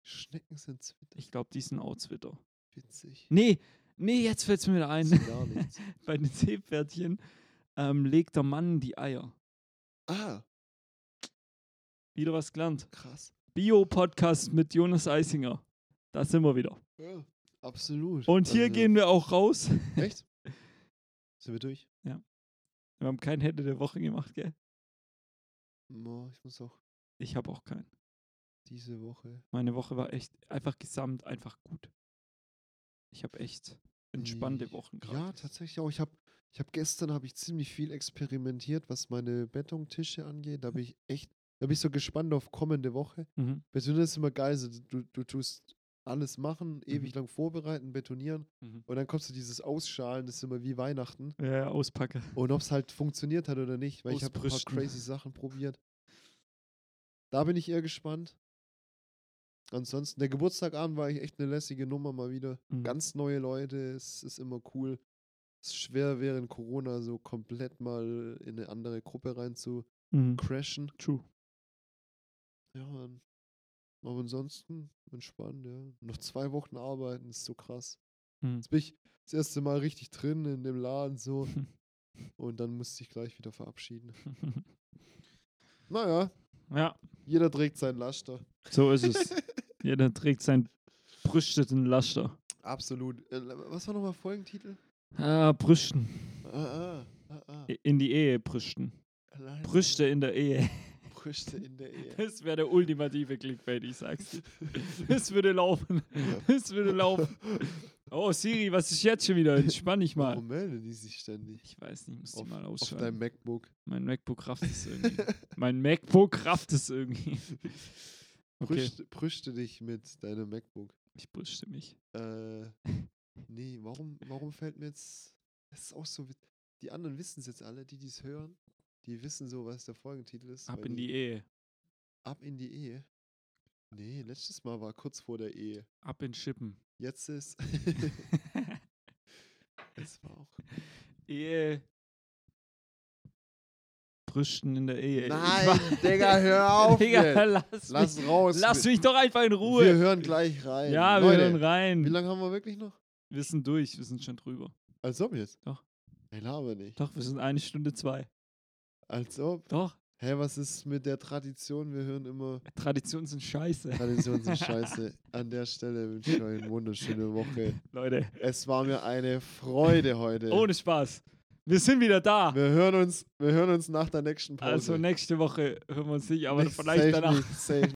[SPEAKER 1] Schnecken sind Zwitter.
[SPEAKER 2] Ich glaube, die sind auch Zwitter.
[SPEAKER 1] Witzig.
[SPEAKER 2] Nee, nee, jetzt fällt es mir wieder
[SPEAKER 1] Das
[SPEAKER 2] ein.
[SPEAKER 1] ist Gar nichts.
[SPEAKER 2] Bei den Seepferdchen ähm, legt der Mann die Eier.
[SPEAKER 1] Ah,
[SPEAKER 2] Wieder was gelernt.
[SPEAKER 1] Krass.
[SPEAKER 2] Bio-Podcast mit Jonas Eisinger. Da sind wir wieder.
[SPEAKER 1] Ja, absolut.
[SPEAKER 2] Und hier
[SPEAKER 1] Also,
[SPEAKER 2] gehen wir auch raus.
[SPEAKER 1] Echt? Sind wir durch?
[SPEAKER 2] Wir haben kein Hände der Woche gemacht, gell?
[SPEAKER 1] Mo, ich muss auch
[SPEAKER 2] Ich habe auch keinen.
[SPEAKER 1] diese Woche.
[SPEAKER 2] Meine Woche war echt einfach gesamt einfach gut. Ich habe echt entspannte
[SPEAKER 1] Ich-
[SPEAKER 2] Wochen
[SPEAKER 1] Hm, Ja,
[SPEAKER 2] gerade.
[SPEAKER 1] tatsächlich auch. Ich habe ich hab gestern habe ich ziemlich viel experimentiert, was meine Bettungtische angeht. Da bin ich echt, da bin ich so gespannt auf kommende Woche.
[SPEAKER 2] Mhm.
[SPEAKER 1] Betonieren ist immer geil. So, du, du tust alles machen, ewig lang vorbereiten, betonieren
[SPEAKER 2] Mhm.
[SPEAKER 1] und dann kommst du dieses Ausschalen, das ist immer wie Weihnachten.
[SPEAKER 2] Ja, auspacke.
[SPEAKER 1] Und ob es halt funktioniert hat oder nicht, weil ich habe ein paar
[SPEAKER 2] Ausbrüsten.
[SPEAKER 1] crazy Sachen probiert. Da bin ich eher gespannt. Ansonsten, der Geburtstagabend war ich echt eine lässige Nummer mal wieder.
[SPEAKER 2] Mhm.
[SPEAKER 1] Ganz neue Leute, es ist immer cool. Es ist schwer während Corona so komplett mal in eine andere Gruppe rein zu
[SPEAKER 2] Mhm.
[SPEAKER 1] crashen.
[SPEAKER 2] True.
[SPEAKER 1] Ja, Mann. Aber ansonsten entspannt, ja. Noch zwei Wochen arbeiten, ist so krass.
[SPEAKER 2] Mhm.
[SPEAKER 1] Jetzt bin ich das erste Mal richtig drin in dem Laden so und dann musste ich gleich wieder verabschieden. Naja,
[SPEAKER 2] ja,
[SPEAKER 1] jeder trägt sein Laster.
[SPEAKER 2] so ist es. Jeder trägt sein brüsteten Laster.
[SPEAKER 1] Absolut. Äh, was war nochmal Folgentitel?
[SPEAKER 2] Ah, brüsten.
[SPEAKER 1] Ah, ah, ah, ah.
[SPEAKER 2] I- In die Ehe brüsten.
[SPEAKER 1] Allein
[SPEAKER 2] Brüste in der Ehe.
[SPEAKER 1] Brüste in der Ehe.
[SPEAKER 2] Das wäre der ultimative Clickbait, ich sag's dir. Das würde laufen. Das würde laufen. Oh, Siri, was ist jetzt schon wieder? Entspann dich mal.
[SPEAKER 1] Warum melden die sich ständig?
[SPEAKER 2] Ich weiß nicht, muss die
[SPEAKER 1] Auf,
[SPEAKER 2] mal
[SPEAKER 1] auf deinem
[SPEAKER 2] ausschalten.
[SPEAKER 1] MacBook.
[SPEAKER 2] Mein MacBook rafft es irgendwie. mein MacBook rafft es irgendwie. Okay,
[SPEAKER 1] Brüste, brüste dich mit deinem MacBook.
[SPEAKER 2] ich brüste mich.
[SPEAKER 1] Äh, nee, warum, warum fällt mir jetzt. Das ist auch so. wit- Die anderen wissen es jetzt alle, die dies hören. Die wissen so, was der Folgentitel ist.
[SPEAKER 2] Ab
[SPEAKER 1] weil
[SPEAKER 2] in die Ehe.
[SPEAKER 1] Ab in die Ehe. Nee, letztes Mal war kurz vor der Ehe.
[SPEAKER 2] Ab in Schippen.
[SPEAKER 1] Jetzt ist. es war auch.
[SPEAKER 2] Ehe. Brüsten in der Ehe. Ich
[SPEAKER 1] Nein,
[SPEAKER 2] weiß-
[SPEAKER 1] Digga, hör auf
[SPEAKER 2] Digga,
[SPEAKER 1] jetzt.
[SPEAKER 2] lass,
[SPEAKER 1] Lass
[SPEAKER 2] mich,
[SPEAKER 1] raus.
[SPEAKER 2] lass
[SPEAKER 1] wir,
[SPEAKER 2] mich doch einfach in
[SPEAKER 1] Wir
[SPEAKER 2] Ruhe.
[SPEAKER 1] hören gleich rein.
[SPEAKER 2] ja, wir
[SPEAKER 1] Leute,
[SPEAKER 2] hören
[SPEAKER 1] Wie
[SPEAKER 2] rein.
[SPEAKER 1] lange haben wir wirklich noch?
[SPEAKER 2] Wir sind durch, wir sind schon drüber.
[SPEAKER 1] Als ob jetzt.
[SPEAKER 2] Doch.
[SPEAKER 1] Nein, haben wir nicht.
[SPEAKER 2] Doch, wir sind eine Stunde zwei.
[SPEAKER 1] Als ob.
[SPEAKER 2] Doch,
[SPEAKER 1] Hä, was ist mit der Tradition? Wir hören immer
[SPEAKER 2] Traditionen sind scheiße.
[SPEAKER 1] Traditionen sind scheiße. An der Stelle wünsche ich euch eine wunderschöne Woche.
[SPEAKER 2] Leute,
[SPEAKER 1] Es war mir eine Freude heute.
[SPEAKER 2] ohne Spaß. Wir sind wieder da.
[SPEAKER 1] wir hören uns, wir hören uns nach der nächsten Pause.
[SPEAKER 2] Also nächste Woche hören wir uns nicht, aber
[SPEAKER 1] Nicht-
[SPEAKER 2] Also, ne, vielleicht
[SPEAKER 1] safe
[SPEAKER 2] danach.
[SPEAKER 1] Nicht, safe